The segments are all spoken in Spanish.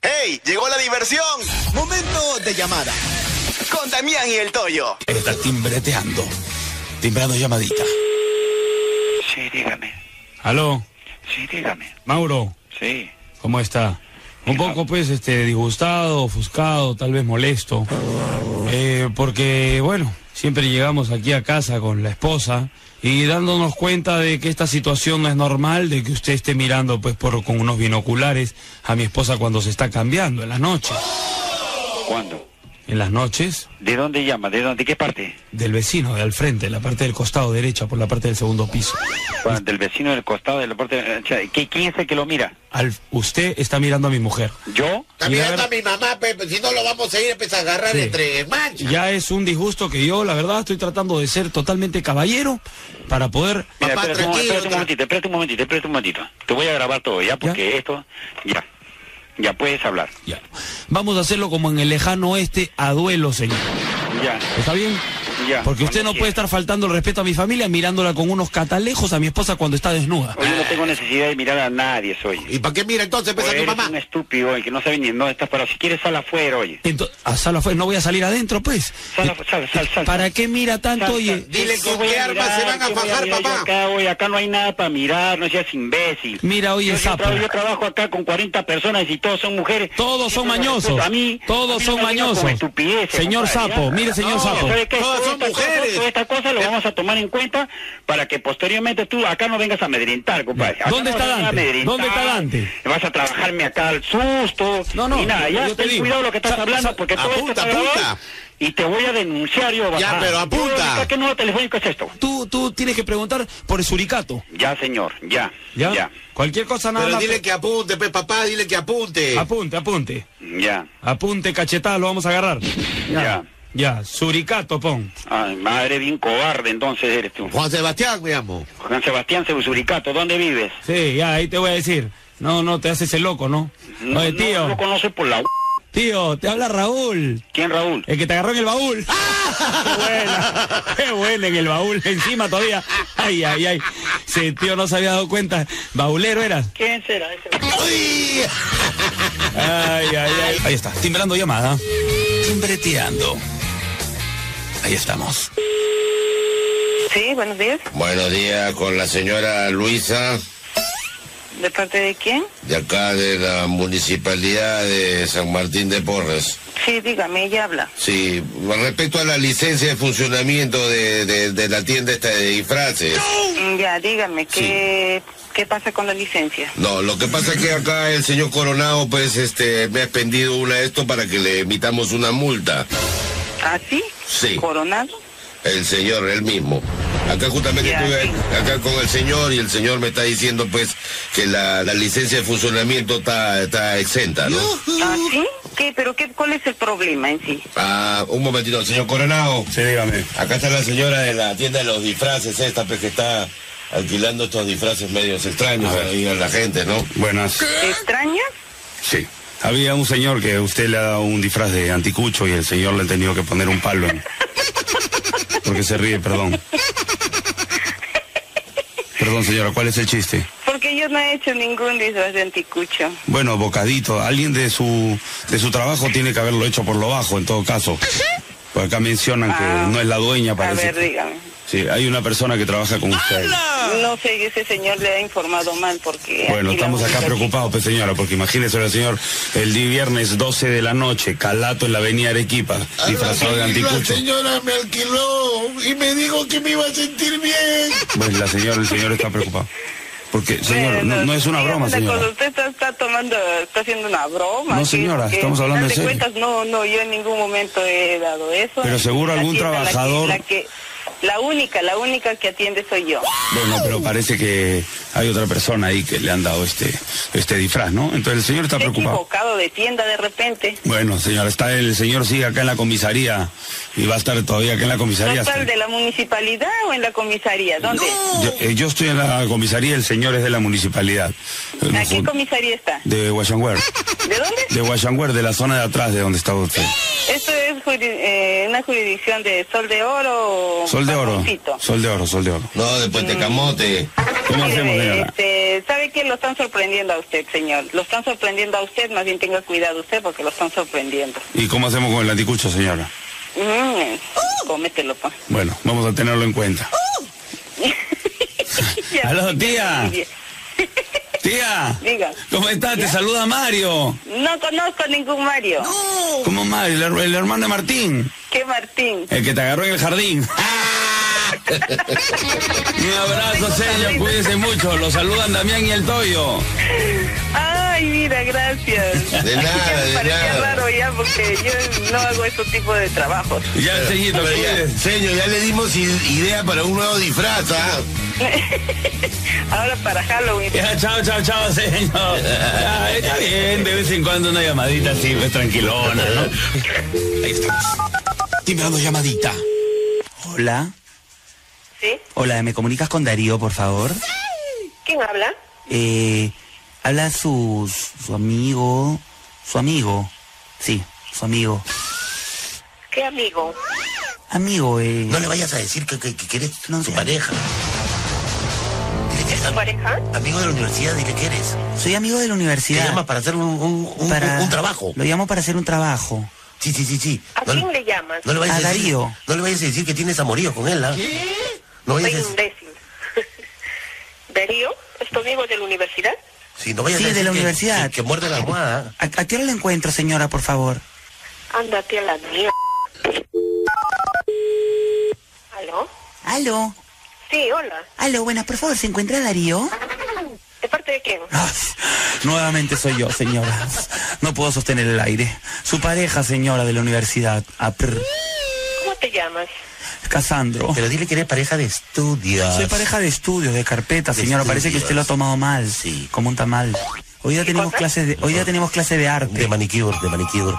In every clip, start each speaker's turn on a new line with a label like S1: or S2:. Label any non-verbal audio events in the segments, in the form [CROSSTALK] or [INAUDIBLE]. S1: ¡Hey! ¡Llegó la diversión!
S2: Momento de llamada.
S1: Con Damián y el Toyo.
S3: Está timbreteando. Timbrando llamadita.
S4: Sí, dígame.
S3: Aló,
S4: Sí, dígame.
S3: Mauro,
S4: Sí.
S3: ¿cómo está? Un poco, pues, este, disgustado, ofuscado, tal vez molesto. Eh, porque, bueno, siempre llegamos aquí a casa con la esposa y dándonos cuenta de que esta situación no es normal, de que usted esté mirando, pues, por, con unos binoculares a mi esposa cuando se está cambiando, en las noches.
S4: ¿Cuándo?
S3: En las noches,
S4: ¿De dónde llama? ¿De dónde? ¿Qué parte?
S3: del vecino de al frente, en la parte del costado derecha, por la parte del segundo piso.
S4: Bueno, del vecino del costado de la parte. o sea, ¿qué- ¿Quién es el que lo mira?
S3: Al- usted está mirando a mi mujer.
S4: ¿Yo?
S5: Está
S3: Y a
S5: mirando a
S3: ver-
S5: mi mamá, pe, pues, si no lo vamos a ir pues, a agarrar
S3: Sí.
S5: entre manchas.
S3: Ya es un disgusto que yo, la verdad, estoy tratando de ser totalmente caballero para poder...
S4: Mira,
S5: Papá,
S4: espérate, un,
S5: tranquilo,
S4: espérate un
S5: tra-
S4: momentito, espérate un momentito, espérate un momentito. Te voy a grabar todo, ¿ya? Porque esto. Ya. Ya puedes hablar.
S3: Ya. Vamos a hacerlo como en el lejano oeste, a duelo, señor.
S4: Ya.
S3: ¿Está bien?
S4: Ya.
S3: Porque usted
S4: Cuando
S3: no puede
S4: quiera.
S3: estar faltando el respeto a mi familia mirándola con unos catalejos a mi esposa cuando está desnuda.
S4: Hoy yo no tengo necesidad de mirar a nadie, soy.
S5: ¿Y para qué mira entonces pues, a
S4: Oye,
S5: tu
S4: eres
S5: mamá?
S4: un estúpido, oye, que no sabe ni en dónde estás parado. Si quieres, sal afuera, oye.
S3: Entonces, a sala afuera, no voy a salir adentro, pues.
S4: Sal,
S5: Eh,
S4: afu- sal, sal, sal.
S3: ¿Para qué mira tanto,
S4: Sal,
S3: oye?
S4: sal.
S5: Dile
S4: Yo
S5: con
S4: voy
S5: qué
S4: a
S5: armas
S4: mirar,
S5: se van a
S4: yo voy
S5: fajar,
S4: mirar yo
S5: papá.
S4: Acá, oye, acá no hay nada para mirar, no seas imbécil.
S3: Mira, oye,
S4: yo, yo,
S3: sapo.
S4: tra- yo trabajo acá con 40 personas y todos son mujeres.
S3: Todos
S4: Y
S3: son
S4: tú,
S3: mañosos.
S4: A mí, a
S3: Todos
S4: mí
S3: son
S4: no me vengas con
S3: mañosos.
S4: estupideces,
S3: Señor
S4: compadre,
S3: Sapo,
S4: ya.
S3: mire, señor
S4: No,
S3: Sapo.
S4: ¿sabe qué?
S5: Todas
S4: Toda
S5: son
S4: esta cosa-
S5: mujeres. Eh.
S4: Toda esta cosa lo vamos a tomar en cuenta para que posteriormente tú acá no vengas a amedrentar, compadre. Acá
S3: ¿Dónde
S4: no
S3: está
S4: vengas a
S3: Dante?
S4: amedrentar,
S3: ¿Dónde está Dante?
S4: Vas a trabajarme acá al susto.
S3: No, no,
S4: Y nada, ya
S3: yo te
S4: ten
S3: digo.
S4: cuidado lo que estás
S3: Sa- sa-
S4: hablando porque todo esto
S5: apunta,
S4: está grabado
S5: apunta.
S4: Y te voy a denunciar yo.
S5: Ya,
S4: bajá.
S5: pero
S4: Yo,
S5: apunta.
S4: ahorita, ¿Qué número telefónico es esto?
S3: Tú, tú tienes que preguntar por el suricato.
S4: Ya, señor, ya.
S3: ¿Ya?
S4: Ya.
S3: Cualquier cosa nada
S5: Pero
S3: más.
S5: dile que apunte, pues, papá, dile que apunte.
S3: Apunte, apunte.
S4: ya.
S3: Apunte, cachetada, lo vamos a agarrar.
S4: Ya.
S3: Ya, suricato, pon.
S4: Ay, madre, bien cobarde entonces eres tú.
S5: Juan Sebastián, mi amor.
S4: Juan Sebastián Seusuricato, ¿dónde vives?
S3: Sí, ya, ahí te voy a decir. No, no, te haces el loco, ¿no? Oye,
S4: No,
S3: tío,
S4: lo conoces por la... u-
S3: tío, te habla Raúl.
S4: ¿Quién, Raúl?
S3: El que te agarró en
S4: [LAUGHS]
S3: el baúl. ¡Qué buena! ¡Qué buena en el baúl! Encima todavía. ¡Ay, ay, ay! Ese tío no se había dado cuenta. Baulero eras.
S4: ¿Quién será ese?
S5: ¡Ay!
S3: Ay, ay, ay. Ahí está, timbrando llamada. Timbreteando. Ahí estamos.
S6: Sí, buenos días.
S7: Buenos días con la señora Luisa,
S6: ¿De parte de quién?
S7: de acá de la municipalidad de San Martín de Porres.
S6: Sí, dígame, ella habla.
S7: Sí, respecto a la licencia de funcionamiento de, de- de la tienda esta de disfraces.
S6: Mm, Ya, dígame, ¿qué, ¿qué pasa con la licencia?
S7: No, lo que pasa es que acá el señor Coronado, pues, este, me ha expendido una de esto para que le emitamos una multa.
S6: ¿Ah, sí?
S7: Sí.
S6: ¿Coronado?
S7: El señor, él mismo. Acá justamente
S6: Ya,
S7: estuve
S6: sí.
S7: acá con el señor y el señor me está diciendo, pues, que la, la licencia de funcionamiento está, está exenta, ¿no?
S6: ¿Ah, sí? ¿Qué, ¿Pero qué, cuál es el problema en sí?
S7: Ah, un momentito, señor Coronado.
S3: Sí, dígame.
S7: Acá está la señora de la tienda de los disfraces, esta pues, que está alquilando estos disfraces medios extraños ahí a la gente, ¿no?
S8: Buenas.
S6: ¿Extraña?
S8: Sí. Había un señor que usted le ha dado un disfraz de anticucho y el señor le ha tenido que poner un palo. en- Porque se ríe, perdón. Perdón, señora, ¿cuál es el chiste?
S6: Porque yo no he hecho ningún disfraz de anticucho.
S8: Bueno, bocadito, alguien de su de su trabajo tiene que haberlo hecho por lo bajo, en todo caso. Porque acá mencionan que
S6: Ah.
S8: no es la dueña,
S6: A
S8: parece.
S6: ver, dígame.
S8: sí, hay una persona que trabaja con usted.
S6: No sé, ese señor le ha informado mal porque...
S8: Bueno,
S6: aquí la
S8: estamos acá
S6: única-
S8: preocupados, pues señora, porque imagínese ahora, señor, el día viernes 12 de la noche, calato en la avenida Arequipa,
S6: Ah,
S5: Ah,
S8: disfrazado de
S5: La
S8: anticucho.
S5: señora me alquiló y me dijo que me iba a sentir bien.
S8: Pues la señora, el señor está preocupado. Porque, señor, no, no es una
S6: dígame
S8: broma,
S6: cosa,
S8: señora.
S6: usted está, está tomando, está haciendo una broma.
S8: No,
S6: ¿qué?
S8: señora,
S6: Porque,
S8: estamos hablando en
S6: al final
S8: serio.
S6: de cuentas, no, no, yo en ningún momento he dado eso.
S8: Pero seguro
S6: La
S8: algún
S6: tienda, la que-
S8: trabajador-
S6: La, que, la única, la única que atiende soy yo.
S8: Bueno, pero parece que hay otra persona ahí que le han dado este, este disfraz, ¿no? Entonces el señor está
S6: Me he
S8: preocupado.
S6: equivocado de tienda de repente.
S8: Bueno, señora, está el señor sigue acá en la comisaría y va a estar todavía acá en la
S6: ¿No
S8: comisaría.
S6: está
S8: hasta-
S6: el de la municipalidad o en la comisaría? ¿Dónde?
S8: Yo, eh, yo estoy en la comisaría, el señor es de la municipalidad. Eh, no
S6: ¿A qué
S8: fue-
S6: comisaría está?
S8: De Huachangüer.
S6: ¿De dónde?
S8: De Huachangüer, de la zona de atrás de donde está usted.
S6: Esto es juri- eh, una jurisdicción de Sol de Oro. o
S8: Sol de oro.
S6: Pajoncito?
S8: Sol de oro, sol de oro.
S7: No, después de Camote.
S8: ¿Cómo hacemos, señora?
S6: Este, Eh, ¿Sabe que Lo están sorprendiendo a usted, señor. Lo están sorprendiendo a usted, más bien tenga cuidado usted porque lo están sorprendiendo.
S8: ¿Y cómo hacemos con el anticucho, señora?
S6: Mm, cómetelo, pa.
S8: Bueno, vamos a tenerlo en cuenta.
S6: Uh.
S8: [LAUGHS]
S6: Ya,
S8: Aló, tía.
S6: muy bien.
S8: Tía,
S6: Diga.
S8: ¿cómo estás? Te saluda Mario.
S6: No conozco ningún Mario. Uh.
S8: ¿Cómo Mario? El, her- el hermano de Martín,
S6: ¿Qué Martín?
S8: el que te agarró en el
S6: [LAUGHS]
S8: jardín. Un abrazo, señor. Cuídense mucho. Los saludan Damián y el Toyo.
S6: Ay, mira, gracias.
S7: De
S6: Así
S7: nada,
S6: que me
S7: de
S6: parecía
S7: nada.
S6: raro ya porque yo no hago este tipo de trabajos.
S8: Ya, señito,
S7: Pero ya,
S8: cuídense.
S7: señor, ya le dimos i- idea para un nuevo disfraz, ¿ah?
S6: Ahora para Halloween.
S8: Ya, chao, chao, chao, señor. Ya, está bien, de vez en cuando una llamadita así, pues tranquilona, ¿no? Ahí estamos.
S9: Timbrando llamadita. Hola.
S6: ¿Sí?
S9: Hola, ¿me comunicas con Darío, por favor?
S6: ¿Quién habla?
S9: Eh, habla su, su amigo. Su amigo. Sí, su amigo.
S6: ¿Qué amigo?
S9: Amigo, eh.
S10: No le vayas a decir que, que, que eres
S9: No
S10: su
S9: sé.
S10: pareja. Dile que- am-
S6: pareja?
S10: amigo de la universidad, dile que eres.
S9: Soy amigo de la
S10: Te
S9: universidad.
S10: llamas para hacer un, un- un-
S9: ah. para-
S10: un- un trabajo.
S9: Lo llamo para hacer un trabajo.
S10: Sí, sí, sí, sí.
S6: ¿A
S10: No le-
S6: quién le llamas?
S10: No le vayas
S9: A
S10: a, decir,
S9: Darío.
S10: no le vayas a decir que tienes amorío con él, ¿ah? No
S6: Soy
S10: vayas a decir,
S6: imbécil. ¿Darío? ¿Es tu amigo de la universidad?
S10: sí, no vayas
S9: Sí,
S10: a
S9: de
S10: decir
S9: la
S10: que-
S9: universidad.
S10: Que, que muerde la almohada.
S9: ¿A, a qué hora lo encuentro, señora, por favor?
S6: Ándate a la mierda. ¿Aló?
S9: Aló.
S6: Sí, hola.
S9: Aló, buenas, por favor, ¿se encuentra Darío?
S6: ¿De parte de quién?
S9: Ah, Nuevamente soy yo, señora. No puedo sostener el aire. Su pareja, señora de la universidad, Ah, Apr,
S6: ¿Cómo te llamas?
S9: Casandro.
S10: Pero dile que eres pareja de estudios.
S9: Soy pareja de estudios, de carpeta,
S10: De
S9: señora. Parece que
S10: estudios.
S9: usted lo ha tomado mal,
S10: Sí.
S9: como un tamal. Hoy día tenemos
S6: cosa?
S9: clases de, hoy día tenemos clase de
S10: De
S9: arte.
S10: manicure, de manicure.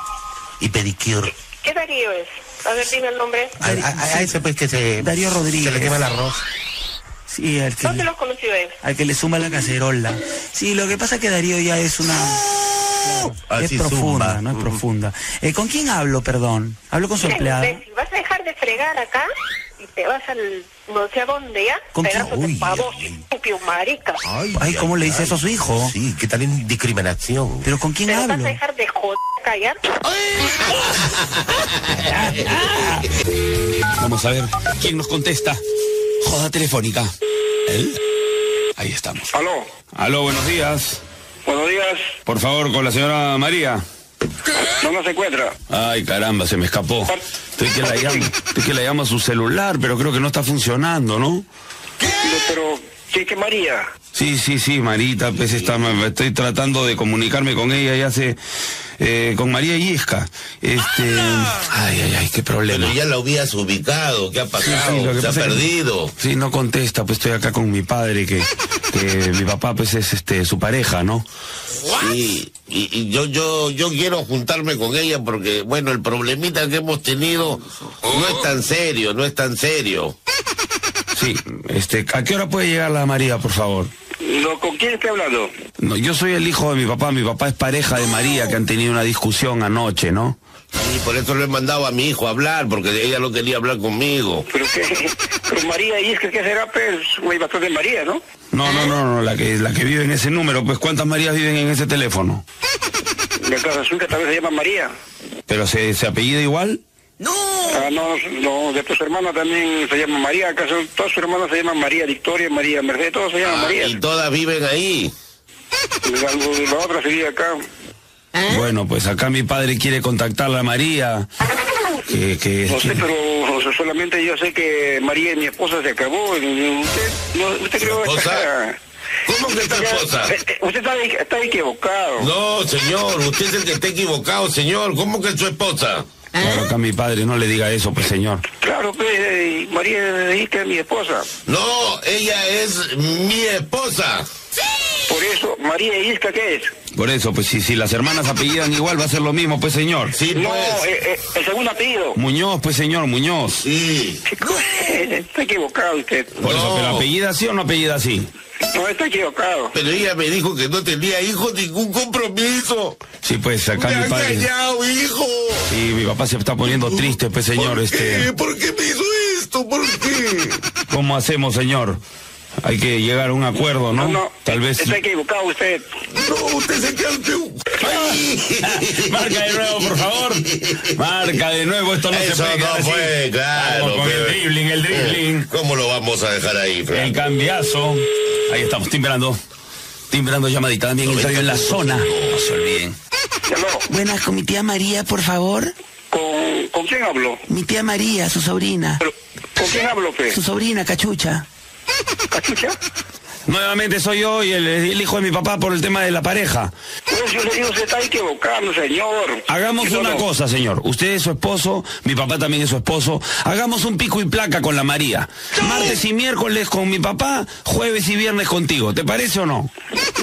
S10: Y pedicure.
S6: ¿Qué Darío es? A ver, dime el nombre.
S10: A, a- a ese pues que se...
S9: Darío
S10: Se
S9: Rodríguez.
S10: le quema el arroz.
S9: Sí, al que,
S6: ¿Dónde lo has conocido a él?
S9: al que le zumba la cacerola. Sí, lo que pasa es que Darío ya es una es
S10: ¡Oh! Así
S9: profunda,
S10: zumba. Mm.
S9: no es profunda. Eh, ¿Con quién hablo, perdón? Hablo con su
S6: Mira,
S9: empleada.
S6: imbécil, vas a dejar de fregar acá y te vas al no sé a dónde ya.
S9: ¿Con quién?
S6: Pedazo de
S10: Uy,
S6: pavos,
S10: ay.
S6: estúpido marica.
S9: Ay, ¿cómo le dice eso a su hijo?
S10: Sí, qué tal en discriminación.
S9: Pero ¿con quién
S6: Pero vas
S9: hablo?
S6: a dejar de joder callar.
S11: Vamos a ver quién nos contesta. Joda telefónica. ¿Él? Ahí estamos.
S4: Aló,
S8: Aló, buenos días.
S4: buenos días.
S8: Por favor, con la señora María.
S4: ¿Dónde se encuentra?
S8: Ay, caramba, se me escapó. Estoy que la llamo, estoy que la llamo a su celular, pero creo que no está funcionando, ¿no?
S4: Pero, ¿qué, qué María?
S8: Sí, sí, sí, Marita, pues está, estoy tratando de comunicarme con ella y hace eh, con María Yesca. Este, ay, ay, ay, qué problema.
S7: Pero ya lo habías ubicado, ¿qué ha pasado?
S8: lo que
S7: Se
S8: pasa
S7: ha
S8: es que-
S7: perdido.
S8: Sí, no contesta, pues estoy acá con mi padre que, que mi papá pues es este su pareja, ¿no?
S7: Sí, y, y yo, yo, yo quiero juntarme con ella porque, bueno, el problemita que hemos tenido no es tan serio, no es tan serio.
S8: Sí, este, ¿a qué hora puede llegar la María, por favor?
S4: No, ¿Con quién estoy hablando?
S8: No, yo soy el hijo de mi papá, mi papá es pareja de María que han tenido una discusión anoche, ¿no?
S7: Y por eso lo he mandado a mi hijo a hablar, porque ella no quería hablar conmigo.
S4: Pero que, [LAUGHS] con María y es que qué será, pues, hay bastante María, ¿no?
S8: No, no, no, no, la que la que vive en ese número, pues cuántas Marías viven en ese teléfono?
S4: La casa azul que tal vez se llama María.
S8: Pero se, se apellida igual?
S4: Ah, no, no, después su hermana también se llama María, acaso todas sus hermanas se llaman María, Victoria, María, Mercedes, todas se llaman Ah, María.
S7: Y todas viven ahí.
S4: La, la otra sería acá.
S7: ¿Eh?
S8: Bueno, pues acá mi padre quiere contactar a María. Que, que-
S4: No sé,
S8: [LAUGHS]
S4: pero o sea, solamente yo sé que María y mi esposa se acabó. y Usted, no, usted creo que
S7: esposa?
S4: está...
S7: ¿Cómo que tal cosa?
S4: Eh, eh, Usted está, está equivocado.
S7: No, señor, usted es el que está equivocado, señor. ¿Cómo que es su esposa?
S8: Claro, acá mi padre no le diga eso, pues señor.
S4: Claro, pues, eh, María es que es mi esposa.
S7: No, ella es mi esposa.
S4: Por eso, María Isca, ¿qué es?
S8: Por eso, pues si, si las hermanas apellidan igual va a ser lo mismo, pues señor.
S7: Sí,
S4: No,
S7: pues.
S4: eh, eh, el segundo apellido.
S8: Muñoz, pues señor, Muñoz.
S7: Sí.
S4: Chico, eh, está equivocado usted.
S8: Por eso,
S7: No.
S8: pero apellida así o no apellida así.
S4: No, está equivocado.
S7: Pero ella me dijo que no tenía hijos, ningún compromiso.
S8: Sí, pues acá
S7: Me
S8: mi
S7: han
S8: padre.
S7: engañado, hijo.
S8: Sí, mi papá se está poniendo triste, pues señor,
S7: ¿Por qué?
S8: este.
S7: ¿Por qué me hizo esto? ¿Por qué?
S8: ¿Cómo hacemos, señor? Hay que llegar a un acuerdo, ¿no?
S4: No, no,
S8: Tal vez.
S4: Está equivocado usted.
S7: No, usted se queda equivo- Ay.
S8: [LAUGHS] Marca de nuevo, por favor. Marca de nuevo, esto no se
S7: Eso
S8: puede quedar
S7: no
S8: así.
S7: fue, claro.
S8: Vamos con el
S7: pero- Eh,
S8: dribbling, el dribbling. Eh.
S7: ¿Cómo lo vamos a dejar ahí, Fran?
S8: El cambiazo. Ahí estamos, timbrando. Timbrando llamadita también, el radio en la zona. No se olviden.
S4: Aló,
S9: Buenas, con mi tía María, por favor.
S4: ¿Con, ¿Con quién hablo?
S9: Mi tía María, su sobrina.
S4: Pero, ¿Con quién hablo, pues? fe?
S9: Su sobrina, cachucha.
S4: ¿Cachucha?
S8: Nuevamente soy yo y el, el hijo de mi papá por el tema de la pareja.
S4: Pues yo le digo, usted está equivocando, señor.
S8: Hagamos
S4: No,
S8: una
S4: no.
S8: cosa, señor. Usted es su esposo, mi papá también es su esposo. Hagamos un pico y placa con la María. Martes y miércoles con mi papá, jueves y viernes contigo. ¿Te parece o no?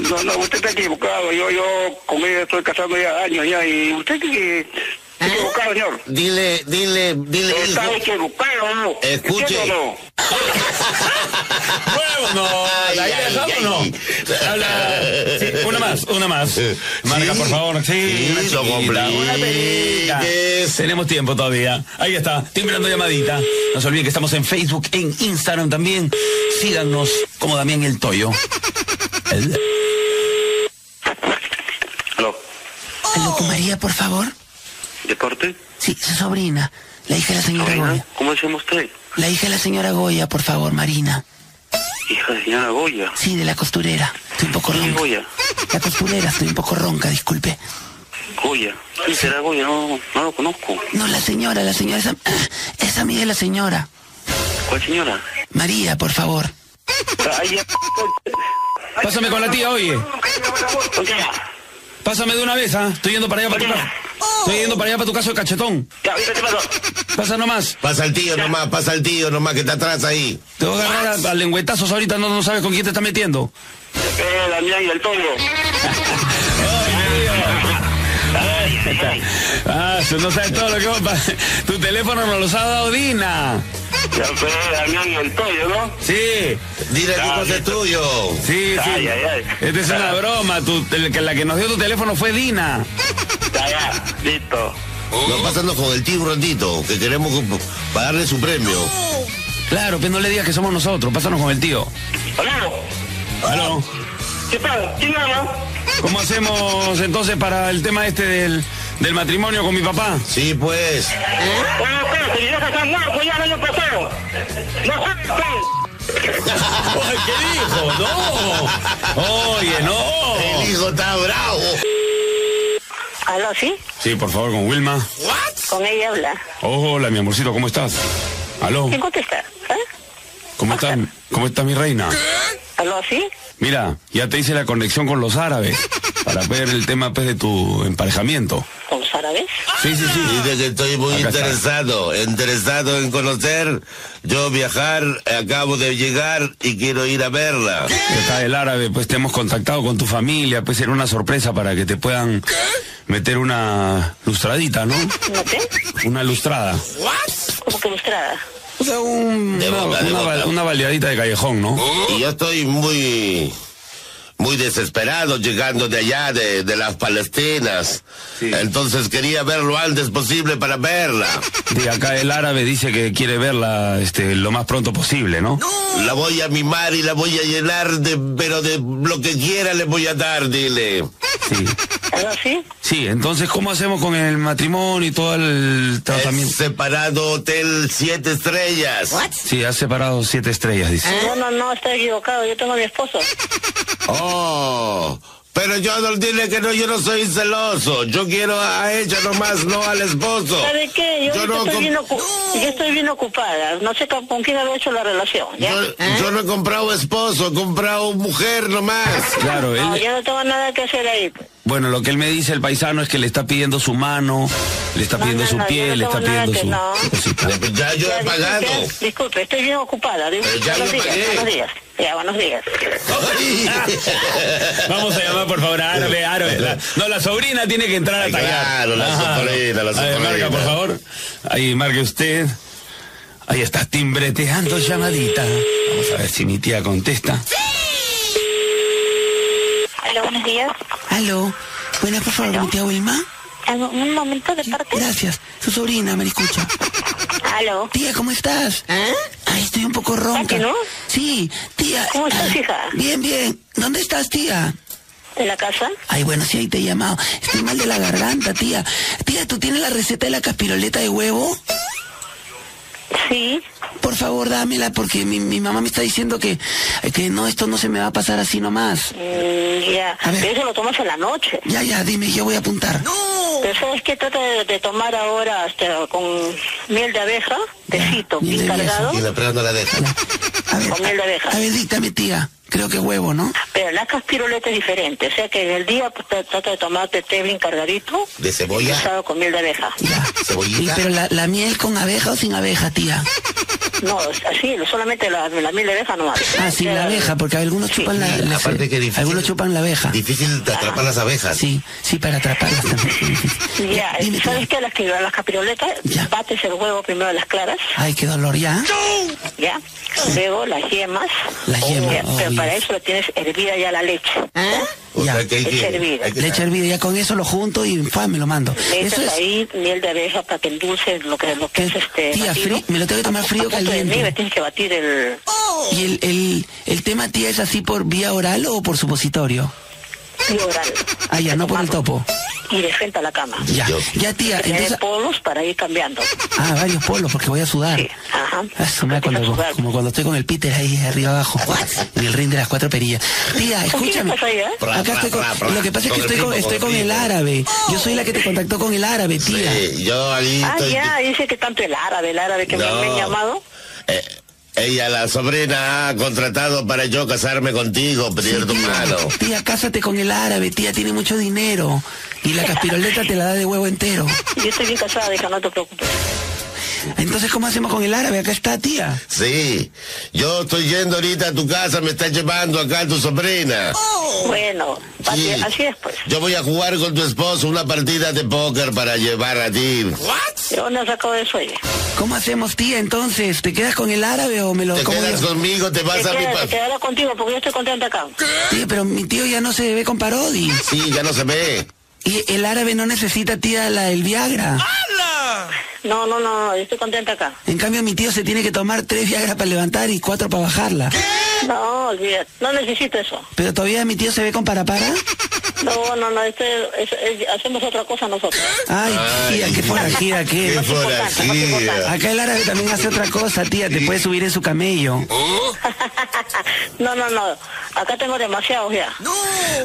S4: No, no, usted está equivocado. Yo, yo con ella estoy casando ya años ya y usted que... Está
S8: ¿Eh?
S4: equivocado, señor.
S7: Dile, dile, dile. hijo.
S4: Está equivocado, ¿no?
S7: Escuche.
S4: ¿Entiende o no?
S8: ¡Bueno!
S7: Ay,
S8: ¿La
S7: ay,
S8: dejamos o
S7: ay.
S8: no? Habla. Sí, una más, una más.
S7: Eh,
S8: Marca,
S7: sí,
S8: por favor. Sí,
S7: sí,
S8: una
S7: lo
S8: chiquita, una
S7: compliques.
S8: perita. Tenemos tiempo todavía. Ahí está, timbrando llamadita. No se olviden que estamos en Facebook, en Instagram también. Síganos como Damián El Toyo. El-
S4: Aló,
S6: Oh.
S9: Aló, con María, por favor.
S4: ¿de parte?
S9: Sí, su sobrina. La hija de la señora Goya.
S4: ¿Cómo se llama usted?
S9: La hija de la señora Goya, por favor, Marina.
S4: Hija de señora Goya.
S9: Sí, de la costurera. Estoy un poco
S4: ¿Quién es
S9: ronca.
S4: Goya?
S9: La costurera, estoy un poco ronca, disculpe.
S4: Goya. ¿Quién será Goya? No, no lo conozco.
S9: No, la señora, la señora. Esa, [CLEARS THROAT] esa amiga de la señora.
S4: ¿Cuál señora?
S9: María, por favor.
S4: Ay, ya.
S8: Pásame con la tía, oye.
S4: ¿Dónde va?
S8: Pásame de una vez, ¿ah? Estoy yendo para allá para tu casa. Estoy yendo para allá para tu caso de cachetón.
S4: Ya, ahorita te paso.
S8: Pasa nomás.
S7: Pasa al tío nomás, pasa al tío nomás que está atrás ahí.
S8: Te voy a agarrar a, a lengüetazos ahorita, no, no sabes con quién te estás metiendo.
S4: Eh, Damián y el Toyo.
S8: Ah, tú no sabes todo lo que va a pasar. [LAUGHS] Tu teléfono nos los ha dado Dina.
S4: Ya, pues, Damián y el Toyo, ¿no?
S8: Sí,
S7: Dile que
S4: Ah,
S7: cosa es tuyo.
S8: sí, sí. Eh.
S4: Ay, ay, ay.
S8: Esta es
S1: Ah.
S8: una broma. Tu- el que- la que nos dio tu teléfono fue Dina.
S4: Ya, ya, listo.
S8: Uh.
S7: Nos pasando con el tío Rondito, que queremos pagarle su premio.
S8: Claro, pero no le digas que somos nosotros. Pásanos con el tío.
S4: Aló,
S8: Aló.
S4: ¿qué tal? ¿Quién habla?
S8: ¿Cómo hacemos entonces para el tema este del, del matrimonio con mi papá?
S7: Sí, pues.
S4: Bueno, pues, se llegó a casar Marco ya el año pasado. No jodas, pues.
S8: Ay, ¿Qué dijo? No. Oye, no.
S7: El hijo está bravo.
S6: Aló, ¿sí?
S8: Sí, por favor, con Wilma.
S6: Con ella habla.
S8: Hola, mi amorcito, ¿cómo estás? Aló,
S6: ¿Quién contesta? ¿Ah?
S8: ¿cómo estás? ¿Cómo está mi reina?
S6: ¿Aló, sí?
S8: Mira, ya te hice la conexión con los árabes para ver el tema pues, de tu emparejamiento.
S6: ¿Con los árabes?
S8: Sí, sí, sí.
S7: Dice que estoy muy
S8: Acá está.
S7: interesado, interesado en conocer. Yo viajar, acabo de llegar y quiero ir a verla.
S8: Está el árabe, pues te hemos contactado con tu familia, pues era una sorpresa para que te puedan meter una lustradita, ¿no?
S6: ¿No te?
S8: Una lustrada.
S6: ¿Cómo que ilustrada?
S8: O sea, un-
S7: De
S8: una,
S7: boca, de
S8: una
S7: boca.
S8: val- una baleadita de callejón, ¿no?
S7: Y yo estoy muy, muy desesperado llegando de allá, de, de las Palestinas. Entonces quería ver lo antes posible para verla.
S8: [LAUGHS] Y acá el árabe dice que quiere verla este, lo más pronto posible, ¿no?
S7: La voy a mimar y la voy a llenar de, pero de lo que quiera le voy a dar, dile.
S8: Sí.
S6: ¿Aló, sí?
S8: Sí, entonces, ¿cómo hacemos con el matrimonio y todo el
S7: Es
S8: tratamiento?
S7: separado hotel siete estrellas.
S8: Sí, ha separado siete estrellas, dice.
S7: ¿Eh?
S6: No, no, no, está equivocado. Yo tengo a mi esposo.
S7: Oh, pero yo no dile que no, yo no soy celoso. Yo quiero a ella nomás, no al esposo.
S6: ¿Sabe qué? Yo,
S7: Yo
S6: ahorita
S7: no
S6: estoy,
S7: com-
S6: bien ocu- yo estoy bien ocupada. No sé con, con quién habré hecho la relación, ¿ya? ¿Eh?
S7: Yo, yo no he comprado esposo, he comprado mujer nomás.
S8: Claro,
S6: No,
S8: él,
S6: yo no tengo nada que hacer ahí. pues.
S8: bueno, lo que él me dice, el paisano, es que le está pidiendo su mano, le está
S6: No,
S8: pidiendo
S6: no,
S8: su
S6: no, yo
S8: piel,
S6: no
S8: le está
S6: tengo nada
S8: pidiendo
S6: que
S8: su,
S6: no.
S8: su cosita.
S7: Ya yo he
S6: Ya,
S7: pagado.
S6: disculpe, Disculpe, estoy bien ocupada. Dis-
S7: Pero ya yo
S6: buenos días,
S7: pagué.
S6: buenos días. Ya, buenos días.
S8: [LAUGHS] Vamos a llamar, por favor, a árabe, árabe. La- no, la sobrina tiene que entrar a
S7: Ay,
S8: tallar.
S7: claro, la
S8: Ajá.
S7: sobrina, la
S8: A ver,
S7: sobrina.
S8: marca, por favor. Ahí, marque usted. Ahí está, timbreteando llamadita. Vamos a ver si mi tía contesta.
S6: Hola, buenos días.
S9: Aló. Buenas, por favor, con mi tía Wilma.
S6: ¿Algún momento de parte?
S9: Gracias. Su sobrina, me escucha.
S6: Aló.
S9: Tía, ¿cómo estás? Ay, estoy un poco ronca.
S6: ¿Ah, no?
S9: Sí, tía.
S6: ¿Cómo estás,
S9: Ah,
S6: hija?
S9: Bien, bien. ¿Dónde estás, tía?
S6: ¿En la casa?
S9: Ay, bueno, sí, ahí te he llamado. Estoy mal de la garganta, tía. Tía, ¿tú tienes la receta de la caspiroleta de huevo?
S6: Sí.
S9: Por favor, dámela, porque mi, mi mamá me está diciendo que, que no, esto no se me va a pasar así nomás.
S6: Mm, ya.
S9: A ver.
S6: Pero eso lo tomas en la noche.
S9: Ya, ya, dime, yo voy a apuntar.
S6: Pero sabes que trata de, de tomar ahora hasta con miel de abeja, tecito
S9: miel
S6: bien
S9: de abeja.
S6: cargado,
S7: Y la prueba no la deja.
S9: A ver,
S6: con miel de abeja.
S9: a ver, díctame, tía. Creo que huevo, ¿no?
S6: Pero la caspiroleta es diferente, o sea que en el día pues, tra- trata de tomarte té bien cargadito,
S7: De cebolla,
S6: cruzado con miel de abeja.
S9: Ya. Y,
S7: cebollita.
S9: pero la, la miel con abeja o sin abeja, tía.
S6: No, así, solamente la, la miel de abeja nomás.
S9: Ah, sin la abeja, porque algunos
S6: Sí.
S9: chupan la, la-
S7: Aparte que difícil.
S9: algunos chupan la abeja.
S7: Difícil de atrapar las abejas.
S9: Sí, sí,
S7: [LAUGHS]
S9: para atraparlas también.
S6: Ya,
S9: Dime,
S6: eh, ¿sabes
S9: tía.
S6: qué? Las, que- las capiroletas,
S9: Ya.
S6: bates el huevo primero de las claras,
S9: Ay, qué dolor, ¿ya?
S6: ya, luego las yemas,
S9: Las yemas,
S6: ya, pero
S9: oh,
S6: para
S9: yes.
S6: eso lo tienes hervida ya la leche,
S7: O
S9: Ya.
S7: sea que hay
S6: Leche
S7: que.
S6: hervida.
S7: hay que-
S9: Leche hervida, ya con eso lo junto y pa, me lo mando.
S6: le
S9: Eso
S6: echas
S9: es.
S6: ahí miel de abeja para que endulce lo que, lo que es este
S9: Tía,
S6: batido.
S9: frí- me lo tengo que tomar
S6: A
S9: frío,
S6: punto de
S9: caliente.
S6: nieve, tienes que batir el...
S9: ¿Y el, el, el tema, tía, es así por vía oral o por supositorio?
S6: y oral.
S9: Ah, ya, no por el topo.
S6: Y de frente a la cama.
S9: Ya,
S7: Yo.
S9: ya, tía,
S6: Tener
S9: entonces...
S6: polos para ir cambiando.
S9: Ah, varios polos, porque voy a sudar.
S6: Sí, ajá.
S9: Eso me da cuando-
S6: Empieza a sudar.
S9: como cuando estoy con el Peter ahí arriba abajo. En el ring de las cuatro perillas. Tía,
S6: ¿Con quién
S9: escúchame.
S6: estás ahí, eh?
S7: Pra,
S9: Acá
S7: pra,
S9: estoy con,
S7: pra, pra.
S9: Lo que pasa es que
S7: Con el
S9: estoy con,
S7: primo,
S9: estoy
S7: con el
S9: con el
S7: primo.
S9: árabe. Yo soy la que te contactó con el árabe, tía.
S7: Sí, yo ahí
S6: Ah,
S7: estoy-
S6: ya, dice que tanto el árabe, el árabe que me han
S7: No.
S6: llamado.
S7: Eh, ella, la sobrina, ha contratado para yo casarme contigo, pierdo mano.
S9: Tía, cásate con el árabe, tía, tiene mucho dinero. Y la caspiroleta te la da de huevo entero.
S6: Yo estoy bien casada, hija, no te preocupes.
S9: Entonces, ¿cómo hacemos con el árabe? Acá está, tía.
S7: Sí, yo estoy yendo ahorita a tu casa, me está llevando acá tu sobrina.
S6: Bueno,
S7: Sí.
S6: así- así es pues.
S7: Yo voy a jugar con tu esposo una partida de póker para llevar a ti.
S6: ¿De dónde has sacado eso, oye?
S9: ¿Cómo hacemos, tía, entonces? ¿Te quedas con el árabe o me lo
S7: Te
S9: como
S7: quedas
S9: yo?
S7: conmigo, te vas
S6: Te
S7: a mi
S6: queda-
S7: pa-
S6: te quedará contigo porque yo estoy contenta acá.
S9: Tía, pero mi tío ya no se ve con Parodi.
S7: Sí, ya no se ve.
S9: Y el árabe no necesita, tía, la, el Viagra.
S6: No, no, no, no, yo estoy contenta acá.
S9: En cambio, mi tío se tiene que tomar tres Viagra para levantar y cuatro para bajarla.
S6: No, olvídate, no necesito eso.
S9: Pero todavía mi tío se ve con parapara.
S6: No, no, no, esto
S12: este
S6: es- es- es- hacemos otra cosa nosotros.
S9: Ay,
S7: Ay.
S9: tía, qué forajida que
S7: Qué
S9: es.
S7: forajida.
S9: Acá el árabe también hace otra cosa, tía. Te puede subir en su camello.
S7: Oh.
S6: No, no, no, acá tengo demasiados ya.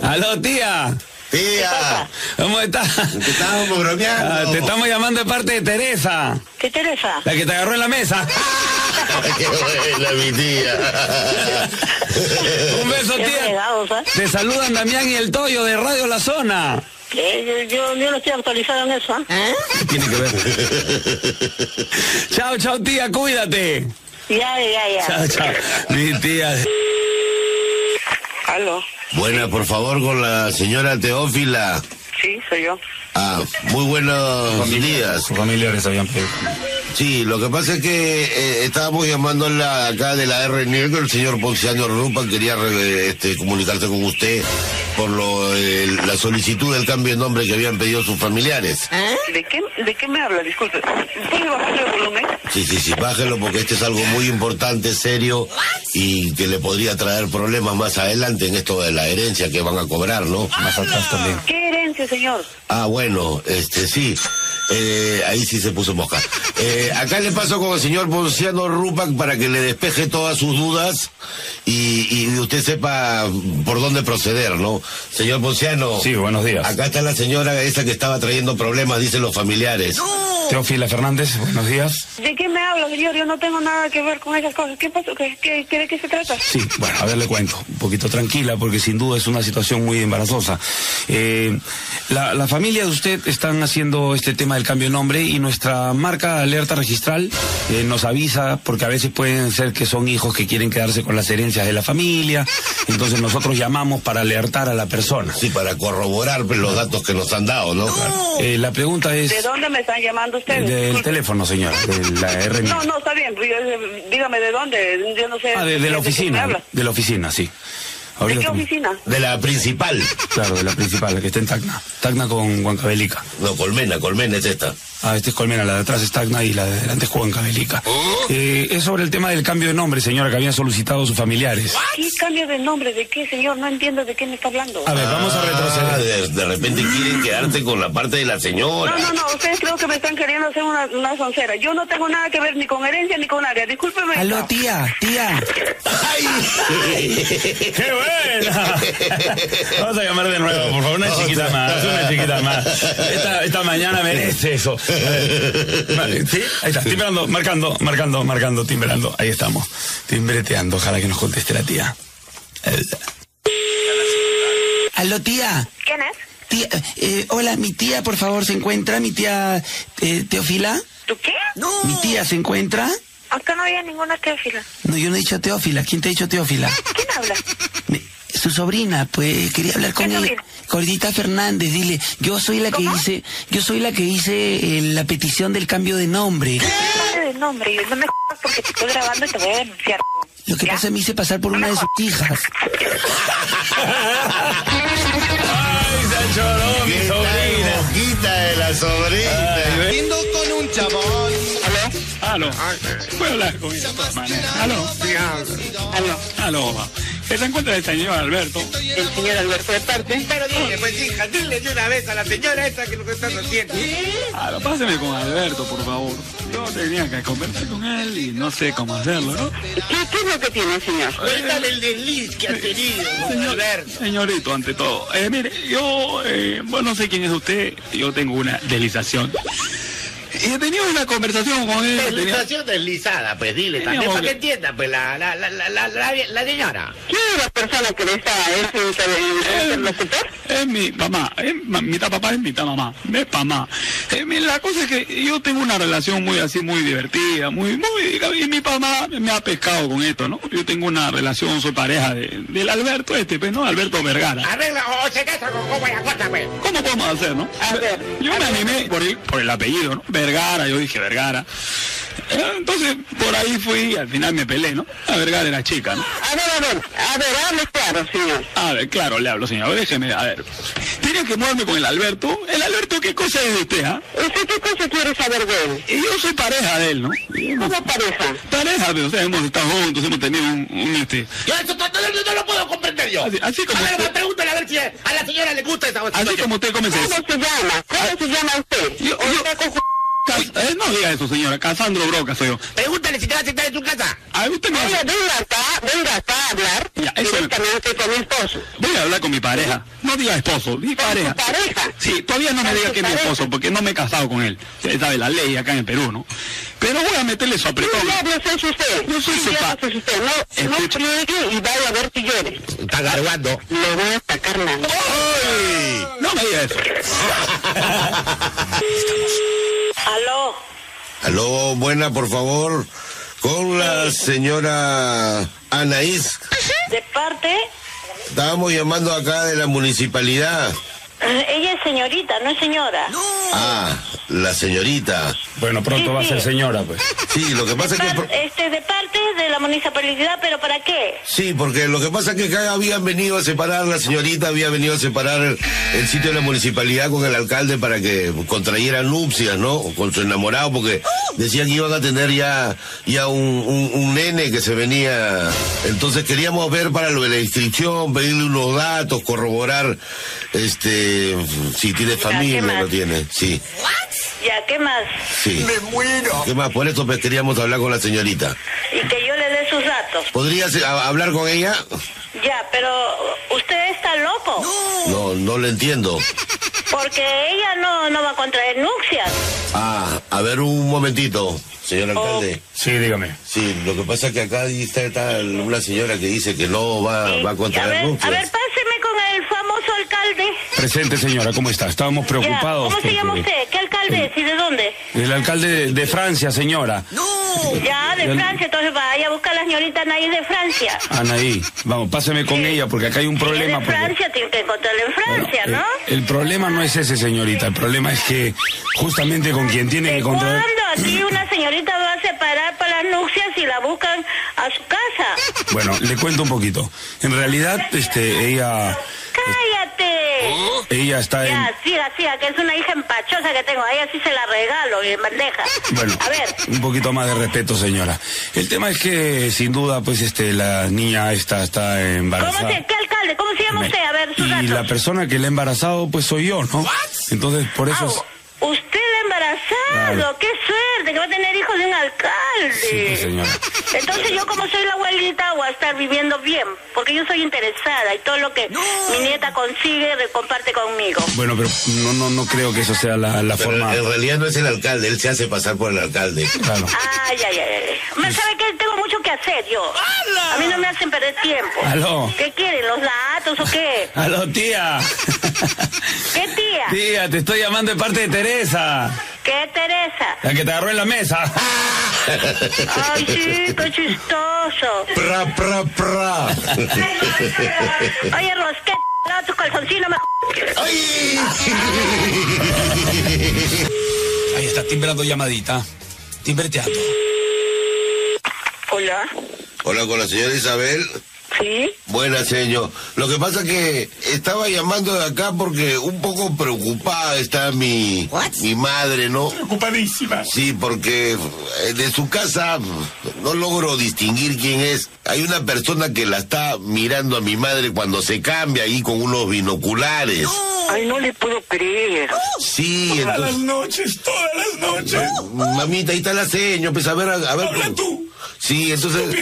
S13: Aló, tía.
S7: Tía,
S13: ¿Cómo estás?
S7: te estábamos bromeando.
S13: Ah, te estamos llamando de parte de Teresa,
S6: ¿Qué
S12: ah?
S6: Teresa?
S13: la que te agarró en la mesa.
S7: [LAUGHS] Qué buena, mi tía.
S13: Un beso,
S6: Qué
S13: tía.
S6: fregados, ¿eh?
S13: Te saludan Damián y el Toyo de Radio La Zona.
S6: Eh, yo, yo- yo no estoy actualizado en eso, ¿ah?
S13: Tiene que ver. chao, chao, tía, cuídate.
S6: Ya, ya, ya.
S13: Chao, chao. Mi tía.
S12: Aló,
S7: Buena, por favor, con la señora Teófila.
S12: sí, soy yo.
S7: Ah, muy buenos días.
S8: Sus familiares habían pedido.
S7: Sí, lo que pasa es que eh, estábamos llamándola acá de la R Negro, el señor Ponciano Rupa quería re- este, comunicarse con usted por lo, eh, la solicitud del cambio de nombre que habían pedido sus familiares.
S12: ¿De qué, de qué me habla? Disculpe. ¿Puede bajarle el volumen?
S7: Sí, sí, sí, bájelo porque este es algo muy importante, serio y que le podría traer problemas más adelante en esto de la herencia que van a cobrar, ¿no?
S8: Más atrás también.
S12: ¿Qué herencia, señor?
S7: Ah, bueno, este sí. Eh, ahí sí se puso mosca. Eh, acá le paso con el señor Ponciano Rupac para que le despeje todas sus dudas y, y usted sepa por dónde proceder, ¿no? Señor Ponciano.
S8: Sí, buenos días.
S7: Acá está la señora esa que estaba trayendo problemas, dicen los familiares.
S8: Teófila Fernández, buenos días.
S12: ¿De qué me habla, señor? Yo no tengo nada que ver con esas cosas. ¿Qué pasó? ¿Qué, qué, qué- de qué se trata?
S8: Sí, bueno, a ver, le cuento. Un poquito tranquila, porque sin duda es una situación muy embarazosa. Eh, la, la familia de usted están haciendo este tema del cambio de nombre y nuestra marca alerta registral eh, nos avisa, porque a veces pueden ser que son hijos que quieren quedarse con las herencias de la familia. Entonces nosotros llamamos para alertar a la persona.
S7: Sí, para corroborar pues, los datos que nos han dado, ¿no?
S8: Eh, la pregunta es eh,
S12: ¿De dónde me están llamando ustedes?
S8: del
S12: Disculpe.
S8: teléfono, señor, de la R.
S12: No, no, está bien. Yo- eh, dígame de dónde. Yo no sé.
S8: Ah, de, de
S12: qué
S8: la
S12: me
S8: oficina,
S12: habla.
S8: de la oficina, sí.
S6: ¿De qué oficina?
S7: De la principal.
S8: Claro, de la principal, la que está en Tacna. Tacna con Huancabelica.
S7: No, Colmena, Colmena es esta.
S8: Ah, esta es Colmena, la de atrás es Tacna y la de delante es Huancabelica. Eh, es sobre el tema del cambio de nombre, señora, que habían solicitado sus familiares.
S6: ¿Qué cambio de nombre? ¿De qué, señor? No entiendo de qué me está hablando.
S8: A ver, vamos a
S7: Ah,
S8: retroceder.
S7: de, de repente quieren quedarte con la parte de la señora.
S6: No, no, no, ustedes creo que me están queriendo hacer una, una soncera. Yo no tengo nada que ver ni con herencia ni con área. Discúlpeme.
S9: Aló, tía, tía.
S7: ¡Ay!
S8: ¡Qué buena! Vamos a llamar de nuevo, por favor, una chiquita más, una chiquita más. Esta, esta mañana merece eso. Vale, ¿Sí? Ahí está, timbrando, marcando, marcando, marcando, timbrando. Ahí estamos, timbreteando, ojalá que nos conteste la tía.
S9: Aló, tía.
S14: ¿Quién es?
S9: Tía, eh, hola, mi tía, por favor, ¿se encuentra? Mi tía eh, Teófila.
S14: ¿Tú qué?
S9: ¿Mi tía se encuentra?
S14: Acá no había ninguna teófila.
S9: No, yo no he dicho Teófila. ¿Quién te ha dicho Teófila?
S14: ¿Quién habla?
S9: Mi- su sobrina, pues quería hablar con
S14: ¿Qué
S9: ella.
S14: sobrina?
S9: Gordita Fernández, dile, yo soy la
S14: ¿Cómo?
S9: que hice, yo soy la que hice eh, la petición del cambio de nombre.
S14: Dame el nombre y no me jodas porque te estoy grabando y te voy a denunciar.
S9: Lo que
S14: ¿Ya?
S9: pasa es que me hice pasar por una de sus hijas.
S7: ¡Qué tal mosquita de la sobrina!
S1: Viendo con un chabón.
S3: Aló. ¿Puedo hablar con ella de todas maneras? Aló.
S6: Aló,
S3: Aló. ¿Se encuentra el señor Alberto?
S6: el señor Alberto de parte.
S1: Pero dile, pues hija, dile de una vez a la señora esa que lo que estás haciendo.
S3: Aló, páseme con Alberto, por favor. Yo tenía que conversar con él y no sé cómo hacerlo, ¿no?
S6: ¿Qué, qué es lo que tiene, señor?
S1: Cuéntale el desliz que ha tenido.
S3: Señor,
S1: Alberto.
S3: señorito, ante todo. Eh, mire, yo, eh, bueno, no sé quién es usted, yo tengo una deslización. Y he tenido una conversación con él. tenía-
S15: Deslización deslizada, pues dile también,
S3: Teníamos
S15: para que
S3: que-
S15: entienda, pues la, la, la, la, la, la- la señora.
S6: ¿Quién es la persona que le está es
S3: Eh,
S6: interlocutor?
S3: Es mi mamá, es ma- mitad papá, es mitad mamá, es mamá. Eh, mi- la cosa es que yo tengo una relación muy así, muy divertida, muy, muy, y mi papá me ha pescado con esto, ¿no? Yo tengo una relación, soy pareja de- del Alberto este, pues, ¿no? Alberto Vergara.
S15: Arregla o se casa con cómo la cosa, pues.
S3: ¿Cómo podemos hacer, no?
S6: A ver,
S3: yo me animé por el, por el apellido, ¿no? Vergara, yo dije Vergara. Eh, Entonces, por ahí fui y al final me peleé, ¿no? La Vergara era chica, ¿no?
S6: A ver, a ver, a ver, hable claro, señor.
S3: A ver, claro, le hablo, señor. Déjeme, a ver. Tiene que moverme con el Alberto. ¿El Alberto qué cosa es de usted, ah?
S6: ¿Usted qué cosa quiere saber de él?
S3: Y yo soy pareja de él, ¿no?
S6: ¿Cómo pareja?
S3: Pareja, pero, o sea, hemos estado juntos, hemos tenido un, un, este...
S15: Yo eso no, no- no- no lo puedo comprender yo.
S3: Así- así como
S15: A ver,
S3: usted-
S15: pregúntale a ver si a la señora le gusta esa
S3: Así como usted comenzó. Ah,
S6: ¿Cómo se llama? ¿Cómo se llama usted?
S3: Yo- yo-
S6: Usted con su-
S3: Cas- eh, no diga eso, señora. Casandro Broca soy yo.
S15: Pregúntale si te va a aceptar en su casa.
S3: A ver, usted me
S6: Oye, venga acá, venga acá a hablar
S3: Ya, eso me-
S6: directamente con mi esposo.
S3: Voy a hablar con mi pareja. No diga esposo, di pareja.
S6: ¿Su pareja?
S3: Sí, todavía no me diga que es mi esposo, porque no me he casado con él. Usted sabe la ley acá en el Perú, ¿no? Pero voy a meterle su
S6: ¿Qué
S3: apretón.
S6: diablos es usted?
S3: Yo soy
S6: ¿Qué
S3: su
S6: diablos
S3: pa-
S6: es usted? No, no
S3: Escucha.
S6: friegue y vaya a ver si llore.
S15: Está garguando.
S6: Le voy a sacar la mano.
S3: ¡Oh! ¡Ay! No me diga eso.
S14: Aló,
S7: Aló, buena, por favor. Con la señora Anaís.
S14: de parte,
S7: Estábamos llamando acá de la municipalidad.
S6: Eh,
S14: ella es señorita, no es señora.
S7: Ah, la señorita.
S8: Bueno, pronto va a ser señora, pues.
S7: Sí, lo que pasa es que...
S14: Par- este, de parte de la municipalidad, pero ¿para qué?
S7: Sí, porque lo que pasa es que acá habían venido a separar, la señorita había venido a separar el, el sitio de la municipalidad con el alcalde para que contrayeran nupcias, ¿no? O Con su enamorado, porque decían que iban a tener ya, ya un, un- un nene que se venía. Entonces queríamos ver para lo de la inscripción, pedirle unos datos, corroborar este si tiene familia o no
S14: más?
S7: tiene. Sí,
S14: Ya, ¿qué más?
S7: sí.
S1: Me muero.
S7: ¿Qué más? Por eso pues, queríamos hablar con la señorita.
S14: Y que yo le dé sus datos.
S7: ¿Podrías eh, a- hablar con ella?
S14: Ya, pero usted está loco,
S7: No, no le entiendo.
S14: porque ella no, no va a contraer nupcias.
S7: Ah, a ver un momentito, señor
S14: Oh.
S7: alcalde.
S8: Sí, dígame.
S7: Sí, lo que pasa es que acá ahí está, está una señora que dice que no va,
S14: Y-
S7: Ah, va a
S14: a ver,
S7: contraer
S14: a
S7: nupcias.
S14: ver, páseme con el famoso alcalde.
S8: Presente, señora, ¿cómo está? Estábamos
S14: Ya,
S8: preocupados.
S14: ¿Cómo se llama
S8: porque-
S14: usted? ¿Qué alcalde es y de dónde?
S8: El alcalde de Francia, señora.
S14: Ya, de
S8: Ya-
S14: Francia, entonces vaya a buscar a la señorita Nair de Francia.
S8: Anaí, vamos, páseme con ella porque acá hay un
S14: Si es
S8: problema.
S14: de
S8: porque-
S14: Francia, tiene que encontrarla en Francia,
S8: Bueno, eh,
S14: ¿no?
S8: el, el problema no es ese, señorita. El problema es que justamente con quien tiene que contraer... [LAUGHS]
S14: ¿Cuándo aquí una señorita va a separar para las nupcias y la buscan a su casa?
S8: Bueno, le cuento un poquito. En realidad, este, ella,
S14: ¡Cállate!
S8: ella está en...
S14: Ya, siga, siga, que es una hija empachosa que tengo. A ella sí se la regalo y en bandeja.
S8: Bueno,
S14: A ver,
S8: un poquito más de respeto, señora. El tema es que, sin duda, pues, este, la niña esta está
S14: ¿cómo
S8: embarazada.
S14: se, qué alcalde? ¿Cómo se llama usted? A ver, sus
S8: y
S14: datos.
S8: la persona que la ha embarazado, pues, soy yo, ¿no? Entonces, por eso... es-
S14: Usted la ha embarazado,
S8: Claro.
S14: qué suerte, que va a tener hijos de un alcalde.
S8: Sí, pues, señora.
S14: Entonces yo como soy la abuelita voy a estar viviendo bien, porque yo soy interesada y todo lo que mi nieta consigue re- comparte conmigo.
S8: Bueno, pero no, no, no creo que eso sea la, la
S7: Pero
S8: forma...
S7: En realidad no es el alcalde, él se hace pasar por el alcalde.
S8: Claro.
S14: Ay, ay, ay, ay. Me
S8: Pues
S14: sabe que tengo mucho que hacer yo. A mí no me hacen perder tiempo.
S8: Aló.
S14: ¿Qué quieren, los datos o qué?
S8: ¡Aló, tía!
S14: ¿Qué tía?
S8: Tía, te estoy llamando de parte de Teresa,
S14: ¿Qué Teresa?
S8: la que te agarró en la mesa.
S14: Ay, sí, qué chistoso.
S7: Pra, pra, [LAUGHS] pra.
S14: Oye, Rosquete, no, tus calzoncillos me...
S8: Ahí está, timbrando llamadita. Timbreteando.
S6: Hola.
S7: Hola con la señora Isabel.
S6: Sí.
S7: Buena, señor. Lo que pasa que estaba llamando de acá porque un poco preocupada está mi, mi madre, ¿no? Preocupadísima. Sí, porque eh, de su casa no logro distinguir quién es. Hay una persona que la está mirando a mi madre cuando se cambia ahí con unos binoculares.
S6: Ay, no le puedo creer.
S7: Sí, entonces...
S5: noches, todas las noches.
S7: Mamita, ahí está la seño, pues a ver, a, a ver. tú! Sí, entonces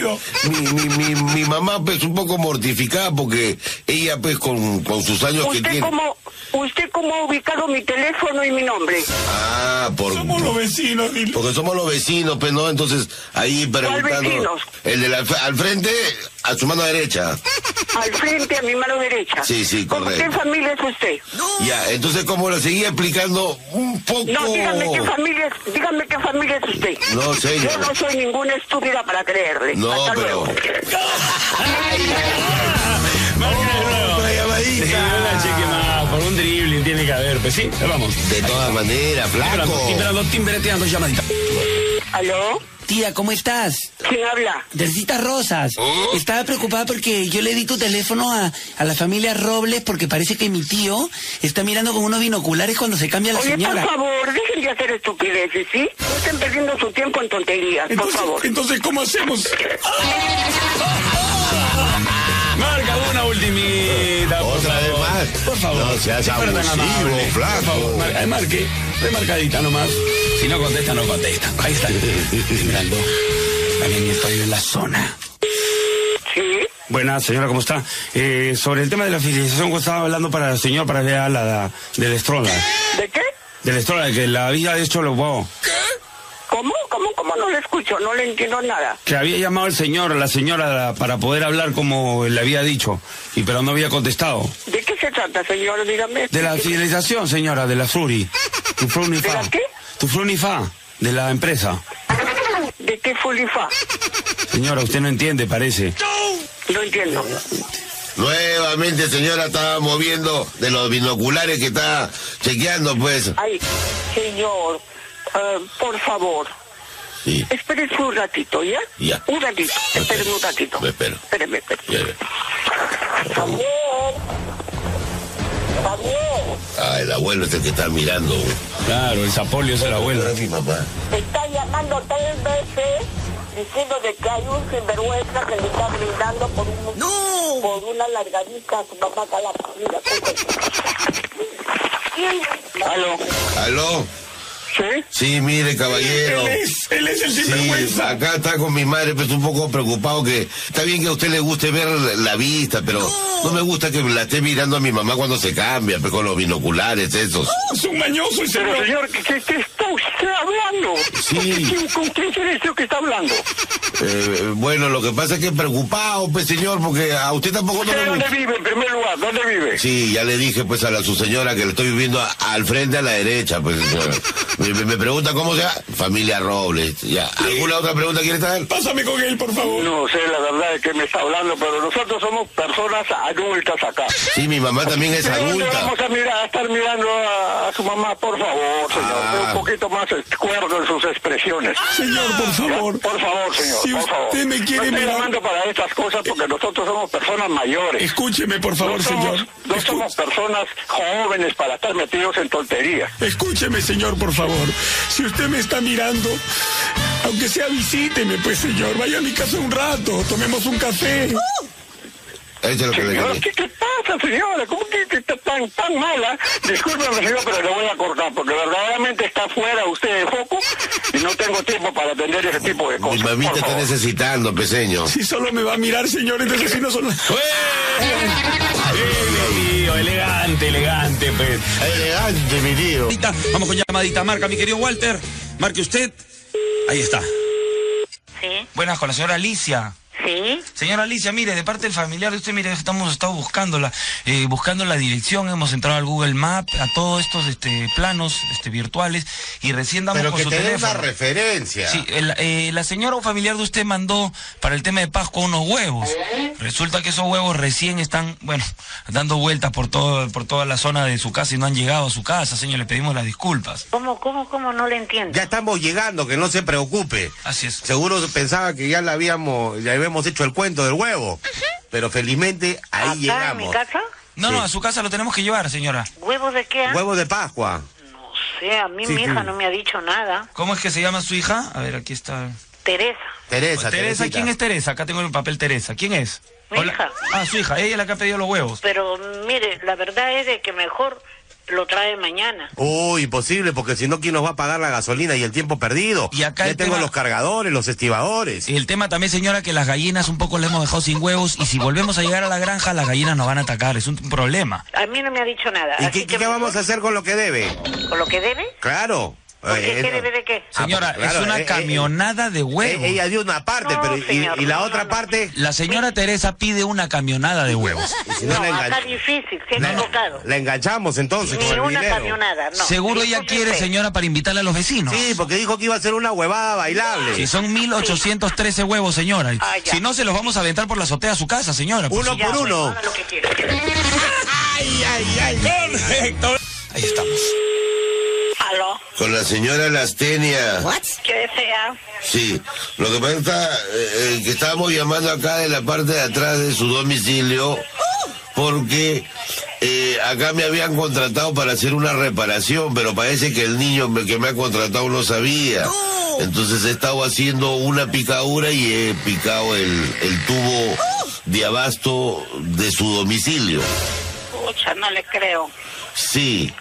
S7: mi, mi, mi, mi mamá pues un poco mortificada porque ella pues con, con sus años que
S6: ¿Usted
S7: tiene.
S6: cómo, ¿Usted cómo ha ubicado mi teléfono y mi nombre?
S7: Ah, por,
S5: Somos los vecinos, dile.
S7: porque somos los vecinos, pues no, entonces ahí preguntando.
S6: vecinos?
S7: El de la- al frente, a su mano derecha.
S6: Al frente, a mi mano derecha.
S7: Sí, sí,
S6: ¿Cómo-
S7: correcto.
S6: ¿Qué familia es usted?
S7: Ya, entonces como le seguía explicando un poco.
S6: No, dígame qué familia es, dígame qué familia es usted.
S7: No,
S6: Yo
S7: señora.
S6: no soy ninguna estúpida para creerle.
S7: No,
S6: Hasta
S7: pero.
S6: luego.
S7: Otra llamadita.
S8: por un dribbling tiene que haber, pues sí, ya vamos.
S7: De todas maneras, flaco.
S8: Timbrando, timbreteando llamadita.
S6: ¿Aló?
S9: Tía, ¿cómo estás?
S6: ¿Quién habla?
S9: Tercita Rosas. Estaba preocupada porque yo le di tu teléfono a, a la familia Robles porque parece que mi tío está mirando con unos binoculares cuando se cambia la
S6: Oye,
S9: señora.
S6: por favor, dejen de hacer estupideces, ¿sí? No estén perdiendo su tiempo en tonterías, por
S5: Entonces,
S6: favor.
S5: entonces, ¿cómo hacemos?
S8: Marca una ultimita. por
S7: Otra vez
S8: favor.
S7: más.
S8: Por favor.
S7: No seas
S8: si fuera tan
S7: abusivo,
S8: amable.
S7: flaco.
S8: Por favor, marca- eh, marque. Remarcadita nomás. Si no contesta, no contesta. Ahí [LAUGHS] está. Timbrando. También estoy en la zona.
S6: Sí.
S8: Buenas, señora, ¿cómo está? Eh, sobre el tema de la fiscalización, que estaba hablando para el señor, para ver a la, la- del Estrola.
S6: ¿De qué?
S8: Del Estrola, que la había hecho los huevos.
S6: ¿Cómo? ¿Cómo? ¿Cómo no le escucho? No le entiendo nada.
S8: Que había llamado el señor, la señora, la- para poder hablar como le había dicho, y pero no había contestado.
S6: ¿De qué se trata, señor? Dígame.
S8: De la fiscalización, señora, de la Fruri. Tu Frunifa.
S6: ¿De la qué?
S8: Tu Frunifa, de la empresa.
S6: ¿De qué fulifa?
S8: Señora, usted no entiende, parece.
S6: No entiendo.
S7: Nuevamente, señora, estaba moviendo de los binoculares que está chequeando, pues.
S6: Ay, señor, eh, por favor,
S7: Sí,
S6: espérese un ratito, ¿ya?
S7: Ya.
S6: Un ratito, espéreme un ratito.
S7: me espero.
S6: Espéreme, espéreme.
S7: Ya, ya.
S6: Javier, Javier,
S7: Ah, el abuelo es el que está mirando.
S8: Claro, el Zapolio es el abuelo.
S7: Era mi mamá.
S6: te está llamando tres veces diciéndole que hay un sinvergüenza que le está brindando por, un, por una largadita a su papá acá la familia. ¿Aló?
S7: ¿Aló?
S6: ¿Sí?
S7: Sí, mire, caballero.
S5: Él es, él es el
S7: Sí,
S5: sinvergüenza.
S7: acá está con mi madre, pues un poco preocupado que está bien que a usted le guste ver la vista, pero no, me gusta que la esté mirando a mi mamá cuando se cambia, pues con los binoculares esos.
S5: Es un mañoso y se
S6: Pero señor, ¿qué, qué, qué está usted hablando?
S7: Sí.
S6: ¿Quién- ¿Con quién será eso que está hablando?
S7: Eh, bueno, lo que pasa es que preocupado, pues señor, porque a usted tampoco no
S6: ¿Usted
S7: le gusta.
S6: dónde vive en primer lugar? ¿Dónde vive?
S7: Sí, ya le dije pues a la su señora que le estoy viviendo a- al frente a la derecha, pues señora. Me, me- me pregunta cómo se llama. Familia Robles, ya. ¿Alguna otra pregunta quiere saber?
S5: Pásame con él, por favor.
S6: No sé la verdad es que me está hablando, pero nosotros somos personas adultas acá.
S7: Sí, mi mamá también es
S6: ¿De dónde
S7: adulta.
S6: vamos a, mirar, a estar mirando a, a su mamá, por favor, señor.
S7: Ah.
S6: Un poquito más cuerdo en sus expresiones.
S16: Señor, por favor.
S6: Por favor, señor.
S16: Si
S6: por
S16: usted
S6: favor.
S16: me quiere
S6: no estoy
S16: mirar-
S6: llamando para estas cosas porque nosotros somos personas mayores.
S16: Escúcheme, por favor,
S6: No somos-
S16: señor.
S6: No somos personas jóvenes para estar metidos en tonterías.
S16: Escúcheme, señor, por favor. Si usted me está mirando, aunque sea visíteme, pues, señor. Vaya a mi casa un rato, tomemos un café.
S7: Eso es lo que le
S6: Señor, ¿qué, qué pasa, señora? ¿Cómo que, que está tan, tan mala? Discúlpeme, señor, pero le voy a cortar porque verdaderamente está fuera usted de foco y no tengo tiempo para atender ese tipo de
S7: Mi
S6: cosas.
S7: mamita
S6: Por
S7: está
S6: favor.
S7: necesitando, peseño.
S16: Si solo me va a mirar, señor, entonces así no son las...
S8: Tío, elegante, elegante, pues.
S7: Elegante, mi tío.
S9: Vamos con llamadita, marca, mi querido Walter. Marque usted. Ahí está.
S14: Sí,
S9: Buenas, con la señora Alicia.
S14: sí.
S9: Señora Alicia, mire, de parte del familiar de usted, mire, estamos estado buscándola, eh, buscando la dirección, hemos entrado al Google Map, a todos estos este, planos este, virtuales y recién damos
S17: Pero
S9: con
S17: que
S9: su
S17: te dé
S9: teléfono.
S17: una referencia.
S9: Sí, el- eh, la señora o familiar de usted mandó para el tema de Pascua unos huevos. Resulta que esos huevos recién están, bueno, dando vueltas por todo, por toda la zona de su casa y no han llegado a su casa, señor, le pedimos las disculpas.
S14: ¿Cómo, cómo, cómo? No le entiendo.
S17: Ya estamos llegando, que no se preocupe.
S9: Así es.
S17: Seguro pensaba que ya la habíamos, ya habíamos hecho el cuento del huevo. Pero felizmente ahí
S14: ¿Acá en mi
S17: llegamos.
S14: casa?
S9: No,
S17: Sí.
S9: no, a su casa lo tenemos que llevar, señora.
S14: ¿Huevos de qué? ah?
S17: Huevo de Pascua.
S14: No sé, a mí
S17: Sí,
S14: mi hija
S17: sí.
S14: no me ha dicho nada.
S9: ¿Cómo es que se llama su hija? A ver, aquí está.
S14: Teresa,
S17: Teresa,
S9: Teresa,
S17: Teresita.
S9: ¿quién es Teresa? Acá tengo el papel Teresa. ¿Quién es?
S14: mi hija.
S9: Ah, su hija. Ella es la que ha pedido los huevos.
S14: Pero mire, la verdad es de que mejor lo trae mañana.
S17: Uy, imposible, porque si no, ¿quién nos va a pagar la gasolina y el tiempo perdido?
S9: Y acá
S17: ya
S9: el
S17: tengo
S9: tema-
S17: los cargadores, los estibadores.
S9: El tema también, señora, que las gallinas un poco le hemos dejado sin huevos y si volvemos a llegar a la granja, las gallinas nos van a atacar. Es un problema.
S14: A mí no me ha dicho nada.
S17: ¿Y
S14: así
S17: qué,
S14: que
S17: qué vamos a hacer con lo que debe?
S14: ¿Con lo que debe?
S17: Claro.
S14: ¿Por qué?
S17: Eh,
S14: ¿Qué
S17: no.
S14: debe de qué?
S9: Señora,
S17: Ah, claro,
S9: es una
S17: eh, eh,
S9: camionada de huevos.
S17: Eh, ella dio una parte,
S14: No,
S17: pero y-
S14: señor,
S17: y, la
S14: no,
S17: otra
S14: no, no.
S17: parte,
S9: La señora Teresa pide una camionada de huevos.
S17: y si no,
S14: No,
S17: la,
S14: acá
S17: engan-
S14: difícil, se ha
S17: la-
S14: equivocado.
S17: la enganchamos entonces
S14: Ni
S17: con el
S14: una
S17: dinero.
S14: camionada, no.
S9: Seguro ella
S14: Disculpe
S9: quiere,
S14: usted.
S9: señora, para invitarle a los vecinos.
S17: Sí, porque dijo que iba a ser una huevada bailable.
S9: Si son 1813 huevos, señora.
S14: Ah, ya.
S9: Si no, se los vamos a aventar por la azotea a su casa, señora. Pues, por
S17: Uno
S9: supuesto.
S17: por uno.
S14: Haga lo que quiera.
S9: Perfecto. Ahí estamos.
S14: ¿Aló?
S7: Con la señora Lastenia.
S14: ¿Qué desea?
S7: Sí, lo que pasa eh, eh, que estábamos llamando acá de la parte de atrás de su domicilio porque eh, acá me habían contratado para hacer una reparación, pero parece que el niño me- que me ha contratado no sabía. Entonces he estado haciendo una picadura y he picado el, el tubo de abasto de su domicilio.
S14: Pucha, no le creo.
S7: Sí.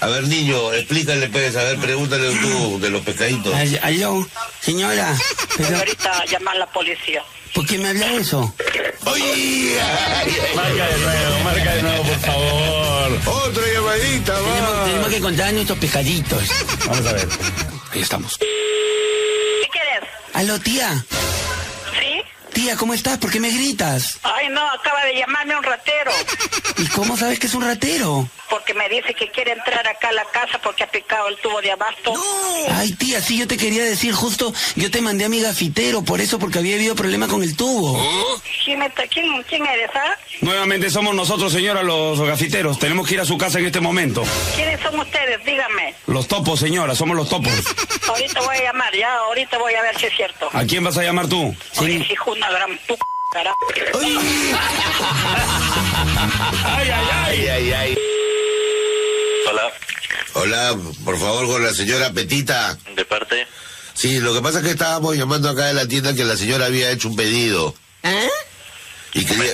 S7: A ver, niño, explícale, pues, a ver, pregúntale tú de los pescaditos.
S18: Ay, Aló, señora,
S14: Pero
S18: pero
S14: ahorita llama a la policía.
S18: ¿por qué me habla eso?
S8: Marca de nuevo, marca de nuevo, por favor.
S19: Otra llamadita,
S18: Tenemos, tenemos que contar nuestros pescaditos.
S8: Vamos a ver. Ahí estamos.
S14: ¿Qué quieres?
S18: Aló, tía.
S14: ¿Sí?
S18: Tía, ¿cómo estás? ¿Por qué me gritas?
S14: Ay, no, acaba de llamarme un ratero.
S18: ¿Y cómo sabes que es un ratero?
S14: Porque me dice que quiere entrar acá a la casa porque ha picado el tubo de abasto.
S18: Ay, tía, sí, yo te quería decir justo, yo te mandé a mi gafitero por eso, porque había habido problema con el tubo.
S14: ¿Quién, está- quién, quién eres, ah?
S8: Nuevamente somos nosotros, señora, los gafiteros. Tenemos que ir a su casa en este momento.
S14: ¿Quiénes son ustedes? Dígame.
S8: Los topos, señora, somos los topos.
S14: Ahorita voy a llamar, ya, ahorita voy a ver si es cierto.
S8: ¿A quién vas a llamar tú?
S14: Oye, hijo, una gran p***, carajo.
S7: Ay, ay, ay.
S20: Hola,
S7: Hola, por favor, con la señora Petita.
S20: de parte.
S7: Sí, lo que pasa es que estábamos llamando acá de la tienda que la señora había hecho un pedido. Y quería...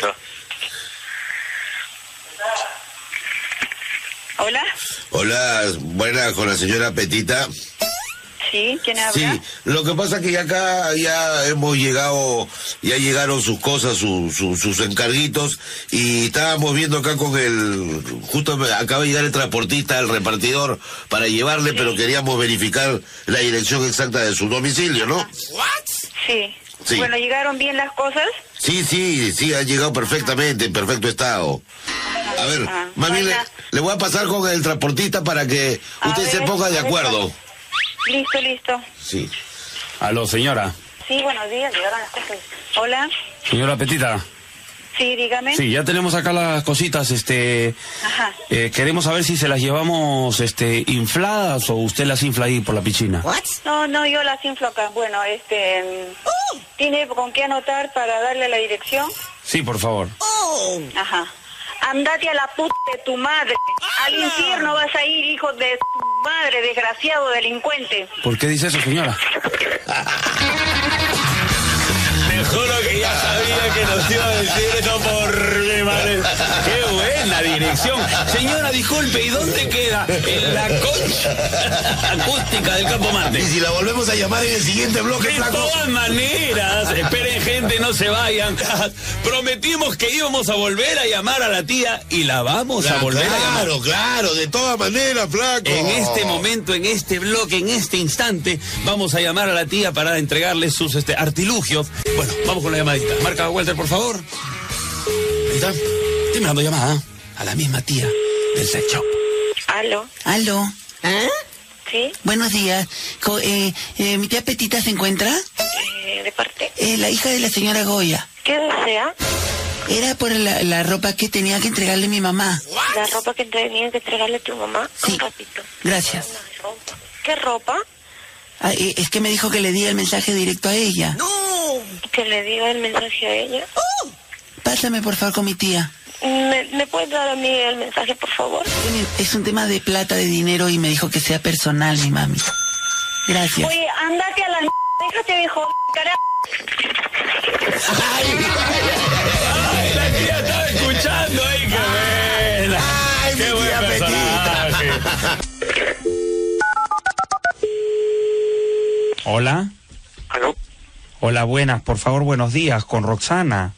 S14: ¿Hola?
S7: Hola, buenas, con la señora Petita.
S14: ¿Sí? ¿Quién habla?
S7: Sí, lo que pasa es que ya acá ya hemos llegado, ya llegaron sus cosas, su- su- sus encarguitos, y estábamos viendo acá con el, justo me- acaba de llegar el transportista, el repartidor, para llevarle, pero queríamos verificar la dirección exacta de su domicilio, ¿no?
S14: Ah, Sí.
S7: Sí.
S14: Bueno, ¿llegaron bien las cosas?
S7: Sí, sí, sí, ha llegado perfectamente, en perfecto estado. A ver,
S14: Ah,
S7: más bien le,
S14: bueno.
S7: le voy a pasar con el transportista para que
S14: A
S7: usted se
S14: ver,
S7: ponga de
S14: a ver,
S7: acuerdo.
S14: Listo, listo.
S7: Sí.
S8: Aló, señora.
S14: Sí, buenos días, llegaron las cosas. Hola.
S8: Señora Petita.
S14: Sí, dígame.
S8: Sí, ya tenemos acá las cositas, este,
S14: Ajá.
S8: eh, queremos saber si se las llevamos, este, infladas o usted las infla ahí por la pichina.
S14: No, no, yo las inflo acá. Bueno, este... mm, ¿Tiene con qué anotar para darle la dirección?
S8: Sí, por favor.
S14: Ajá. Andate a la puta de tu madre. Al infierno vas a ir, hijo de tu madre, desgraciado delincuente.
S8: ¿Por qué dice eso, señora?
S3: Te juro que ya sabía que nos iba a decir eso por mi madre. Qué buena dirección. Señora, disculpe, ¿y dónde queda? En la concha acústica del Campo Marte.
S7: Y si la volvemos a llamar en el siguiente bloque,
S3: De
S7: flaco.
S3: todas maneras, esperen gente, no se vayan. Prometimos que íbamos a volver a llamar a la tía y la vamos a
S7: Claro,
S3: volver a llamar.
S7: claro, claro, de todas maneras, flaco.
S3: En este momento, en este bloque, en este instante, vamos a llamar a la tía para entregarle sus este, artilugios. Bueno, vamos con la llamadita. Marca Walter, por favor. Ahí está. Estoy mandando llamada a la misma tía del sex shop.
S14: Aló.
S21: Aló.
S14: ¿Ah? Sí.
S21: Buenos días. Co- eh, eh, ¿Mi tía Petita se encuentra?
S14: Eh, ¿De parte?
S21: Eh, la hija de la señora Goya.
S14: ¿Qué desea?
S21: Era por la, la ropa que tenía que entregarle mi mamá.
S14: La ropa que tenía que entregarle a tu mamá. Un ratito.
S21: Gracias.
S14: ¿Qué ropa?
S21: Ah, eh, es que me dijo que le diera el mensaje directo a ella.
S14: Que le diga el mensaje a ella.
S21: Pásame por favor con mi tía.
S14: ¿Me, me puedes dar a mí el mensaje, por favor?
S21: Es un tema de plata, de dinero y me dijo que sea personal, mi mami. Gracias.
S14: Oye, andate a la m... Déjate de joder, carajo.
S3: ¡Ay, la tía estaba escuchando! ¡Ay, qué buena!
S7: ¡Ay,
S3: qué buen personaje!
S9: Hola.
S6: ¿Aló?
S9: Hola, buenas. Por favor, buenos días. Con Roxana.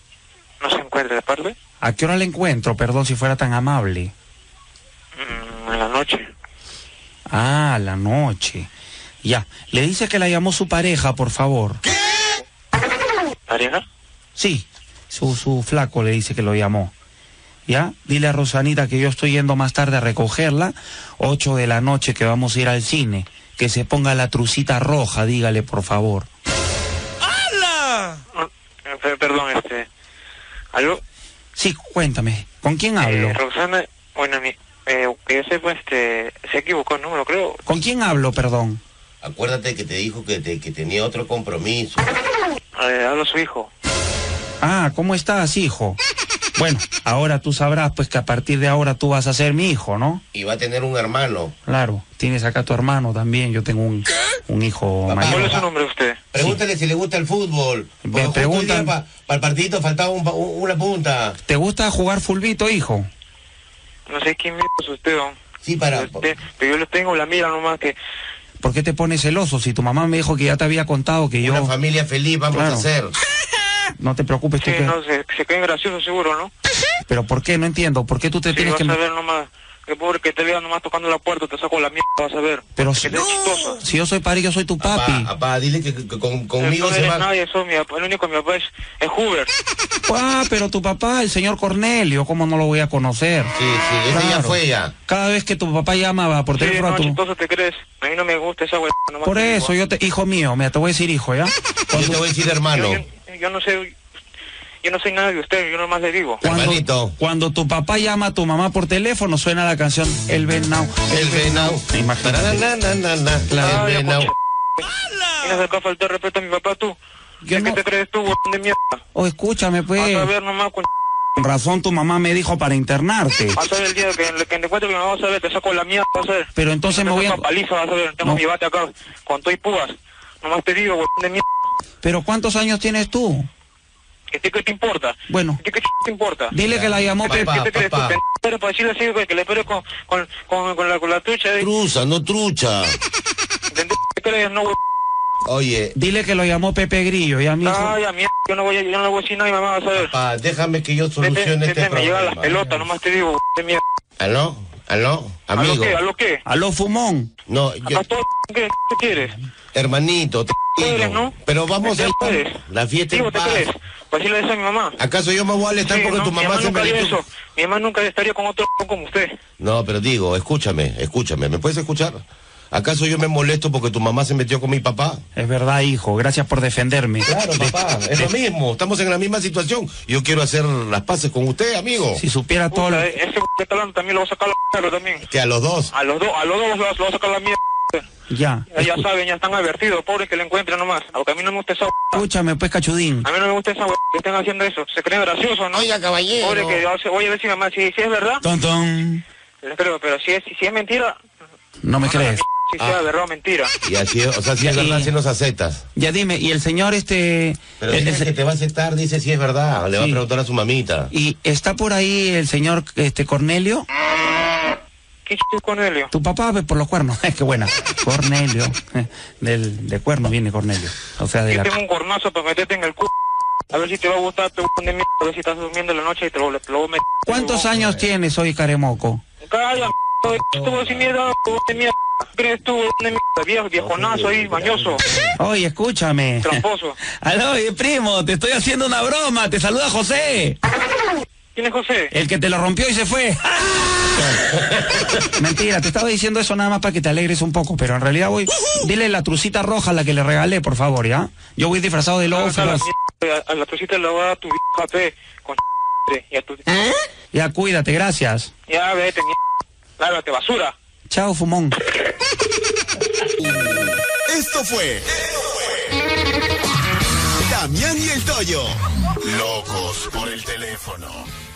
S6: ¿No se encuentra de parte?
S9: ¿A qué hora la encuentro? Perdón si fuera tan amable.
S6: Mm, en la noche.
S9: Ah, la noche. Ya. Le dice que la llamó su pareja, por favor.
S6: ¿Pareja?
S9: Sí, su, su flaco le dice que lo llamó. ¿Ya? Dile a Rosanita que yo estoy yendo más tarde a recogerla, 8 de la noche que vamos a ir al cine. Que se ponga la trucita roja, dígale por favor.
S6: ¡Hala! perdón, este... ¿Aló?
S9: Sí, cuéntame, ¿con quién hablo?
S6: Eh, Roxana, bueno, mi, eh, que yo sepa, este... Se equivocó el número, creo.
S9: ¿Con quién hablo, perdón?
S7: Acuérdate que te dijo que, te- que tenía otro compromiso.
S6: Eh, habla su hijo.
S9: Ah, ¿cómo estás, hijo? Bueno, ahora tú sabrás pues que a partir de ahora tú vas a ser mi hijo, ¿no?
S7: Y va a tener un hermano.
S9: Claro, tienes acá a tu hermano también, yo tengo un, un hijo mayor.
S3: Ah,
S6: ¿Cuál es su nombre usted?
S7: Pregúntale si le gusta el fútbol.
S9: Me preguntan-
S7: Para el partidito faltaba un pa- un- una punta.
S9: ¿Te gusta jugar fulbito, hijo?
S6: No sé quién mierda es usted, don.
S7: Sí, para...
S6: Usted- pero yo le tengo la mira nomás que...
S9: ¿Por qué te pones celoso si tu mamá me dijo que ya te había contado que yo... Una
S7: familia feliz vamos
S9: a
S7: hacer.
S9: No te preocupes, tú
S6: Sí,
S9: que-
S6: no, se, se creen graciosos seguro, ¿no?
S9: Pero ¿por qué? No entiendo. ¿Por qué tú te
S6: Sí,
S9: tienes
S6: vas
S9: que...
S6: a ver nomás. Que pobre que te vean nomás tocando la puerta, te saco la mierda, vas a ver.
S9: Pero si,
S6: Que te chistoso.
S9: si yo soy padre, yo soy tu papi.
S7: Papá, dile que, que- que con-
S6: Conmigo
S7: conmigo
S6: no
S7: se
S6: eres
S7: va...
S6: nadie, sos mi papá. El único mi papá es, es Hoover.
S9: Ah, pero tu papá, el señor Cornelio, ¿cómo no lo voy a conocer?
S7: Sí, sí, ese ya fue ya.
S9: Cada vez que tu papá llamaba por
S6: Sí,
S9: teléfono
S6: no,
S9: a tu...
S6: chistoso te crees. A mí no me gusta esa huevada nomás.
S9: Por
S6: te
S9: eso,
S6: digo. ¿eh?
S9: yo te... Hijo mío, mira, te voy a decir hijo, ¿ya? Cuando-
S7: Yo te voy a decir hermano.
S6: yo, no sé... Yo no sé nada de usted, yo nomás le digo.
S9: Cuando, cuando tu papá llama a tu mamá por teléfono, suena la canción El Venao.
S7: El Venao.
S9: Imagínate. Claro.
S6: Ay, Mira, se acá faltó respeto a mi papá, tú.
S9: Yo
S6: ¿De
S9: no-
S6: ¿Qué te crees tú, huevón de mierda?
S9: Oh, escúchame, pues.
S6: Vas a ver nomás, con...
S9: Con razón tu mamá me dijo para internarte.
S6: Vas a ver el día que, que te encuentre que me vas a ver, te saco la mierda, vas a ver.
S9: Pero entonces me
S6: Tengo
S9: voy a...
S6: una paliza, vas a ver, tengo
S9: No.
S6: mi bate acá, con todo y púas. Nomás te digo, huevón de mierda,
S9: Pero ¿cuántos años tienes tú?
S6: ¿qué te, qué te importa?
S9: Bueno,
S6: ¿Qué, qué ch- te importa?
S9: Dile que la llamó
S6: ¿Qué te- ¿Qué
S9: papá,
S6: te crees tú,
S9: papá.
S6: pendejo? Para decirle así, güey, que le espero con, con, con, con la, con la trucha. ¿eh?
S7: Trucha, no trucha.
S6: ¿Qué crees? No, güey.
S7: Oye,
S9: dile que lo llamó Pepe Grillo, ya mi hijo.
S6: Ay, a mierda, yo no voy a, yo no le voy a decir nada a mi mamá, vas a ver.
S7: papá, déjame que yo solucione este
S6: Vete, vete, me llega
S7: problema.
S6: las pelotas, nomás te digo, güey, de mierda.
S7: ¿Aló? ¿Aló?
S6: ¿A lo
S7: Amigo.
S6: qué? ¿A lo qué?
S9: Aló, fumón.
S7: No, yo,
S6: ¿A todo qué ¿Qué quieres?
S7: hermanito,
S6: Eres,
S7: tranquilo.
S6: ¿no?
S7: Pero vamos
S6: ¿Te
S7: a ir.
S6: puedes? Pues
S7: La fiesta
S6: Digo,
S7: en
S6: ¿te
S7: paz.
S6: crees? Para decirle eso a mi mamá.
S7: ¿Acaso yo me voy a molestar
S6: Sí,
S7: porque
S6: no,
S7: tu
S6: mi
S7: mamá
S6: nunca
S7: siempre
S6: haría
S7: me
S6: eso. Mi mamá nunca estaría con otro como usted.
S7: No, pero digo, escúchame, escúchame, ¿me puedes escuchar? ¿Acaso yo me molesto porque tu mamá se metió con mi papá?
S3: Es verdad, hijo. Gracias por defenderme.
S7: Claro, papá,
S3: [LAUGHS]
S7: es lo mismo. Estamos en la misma situación. Yo quiero hacer las paces con usted, amigo.
S3: Si supiera todo
S6: Puta, eh, Ese catalán también lo va a sacar a la mierda también.
S7: Que a los dos.
S6: A los dos, a los dos lo va- lo va a sacar a la mierda.
S3: Ya.
S6: Ya, ya saben, ya están advertidos, pobres que le encuentren nomás. Aunque a mí no me gusta esa
S3: Escúchame, pues, cachudín.
S6: A mí no me gusta esa hue- que estén haciendo eso. Se creen graciosos, ¿no?
S3: Oiga, caballero.
S6: Pobre que yo se- voy a ver si mamá, si, si es verdad,
S3: Ton, ton.
S6: les creo, pero si es, si es mentira,
S3: No me crees.
S6: si sea verdad o mentira.
S7: Y así, o sea, si es
S3: Ya,
S7: verdad,
S3: y-
S7: si nos aceptas.
S3: Ya dime, y el señor este...
S7: Pero
S3: el-
S7: dice
S3: el se-
S7: que te va a aceptar, dice si es verdad. Le va a
S3: Sí.
S7: preguntar a su mamita.
S3: ¿Y está por ahí el señor este Cornelio?
S6: ¿Qué ch... es Cornelio?
S3: Tu papá ve por los cuernos. [LAUGHS] Es que buena. Cornelio. [LAUGHS] eh, Del, de cuerno viene Cornelio. O sea, de
S6: Yo
S3: la...
S6: tengo un cornazo para meterte en el culo. A ver si te va a gustar, te de mierda, a ver si estás durmiendo en la noche y te lo, te lo voy a meter.
S3: ¿Cuántos
S6: eh.
S3: años tienes hoy, Caremoco?
S6: Calla, m******, estuvo sin mierda, huevón de mierda. ¿Crees tú, huevón de mierda? Viejo, viejonazo ahí, mañoso.
S3: Oye, escúchame.
S6: Tramposo.
S3: [LAUGHS] Aló, oye, primo, te estoy haciendo una broma. Te saluda José.
S6: ¿Quién es José?
S3: El que te lo rompió y se fue. [LAUGHS] Mentira, te estaba diciendo eso nada más para que te alegres un poco, pero en realidad voy. Dile la trucita roja a la que le regalé, por favor, ¿ya? Yo voy disfrazado de lobo
S6: Hasta la
S3: feroz.
S6: mierda, a la trocita la va a tu vieja, pe, con y a tu...
S3: Ya, cuídate, gracias.
S6: Ya, vete, mierda. Lávate, basura.
S3: Chao, fumón.
S22: Esto fue. Damián y el Toyo. Locos por el teléfono.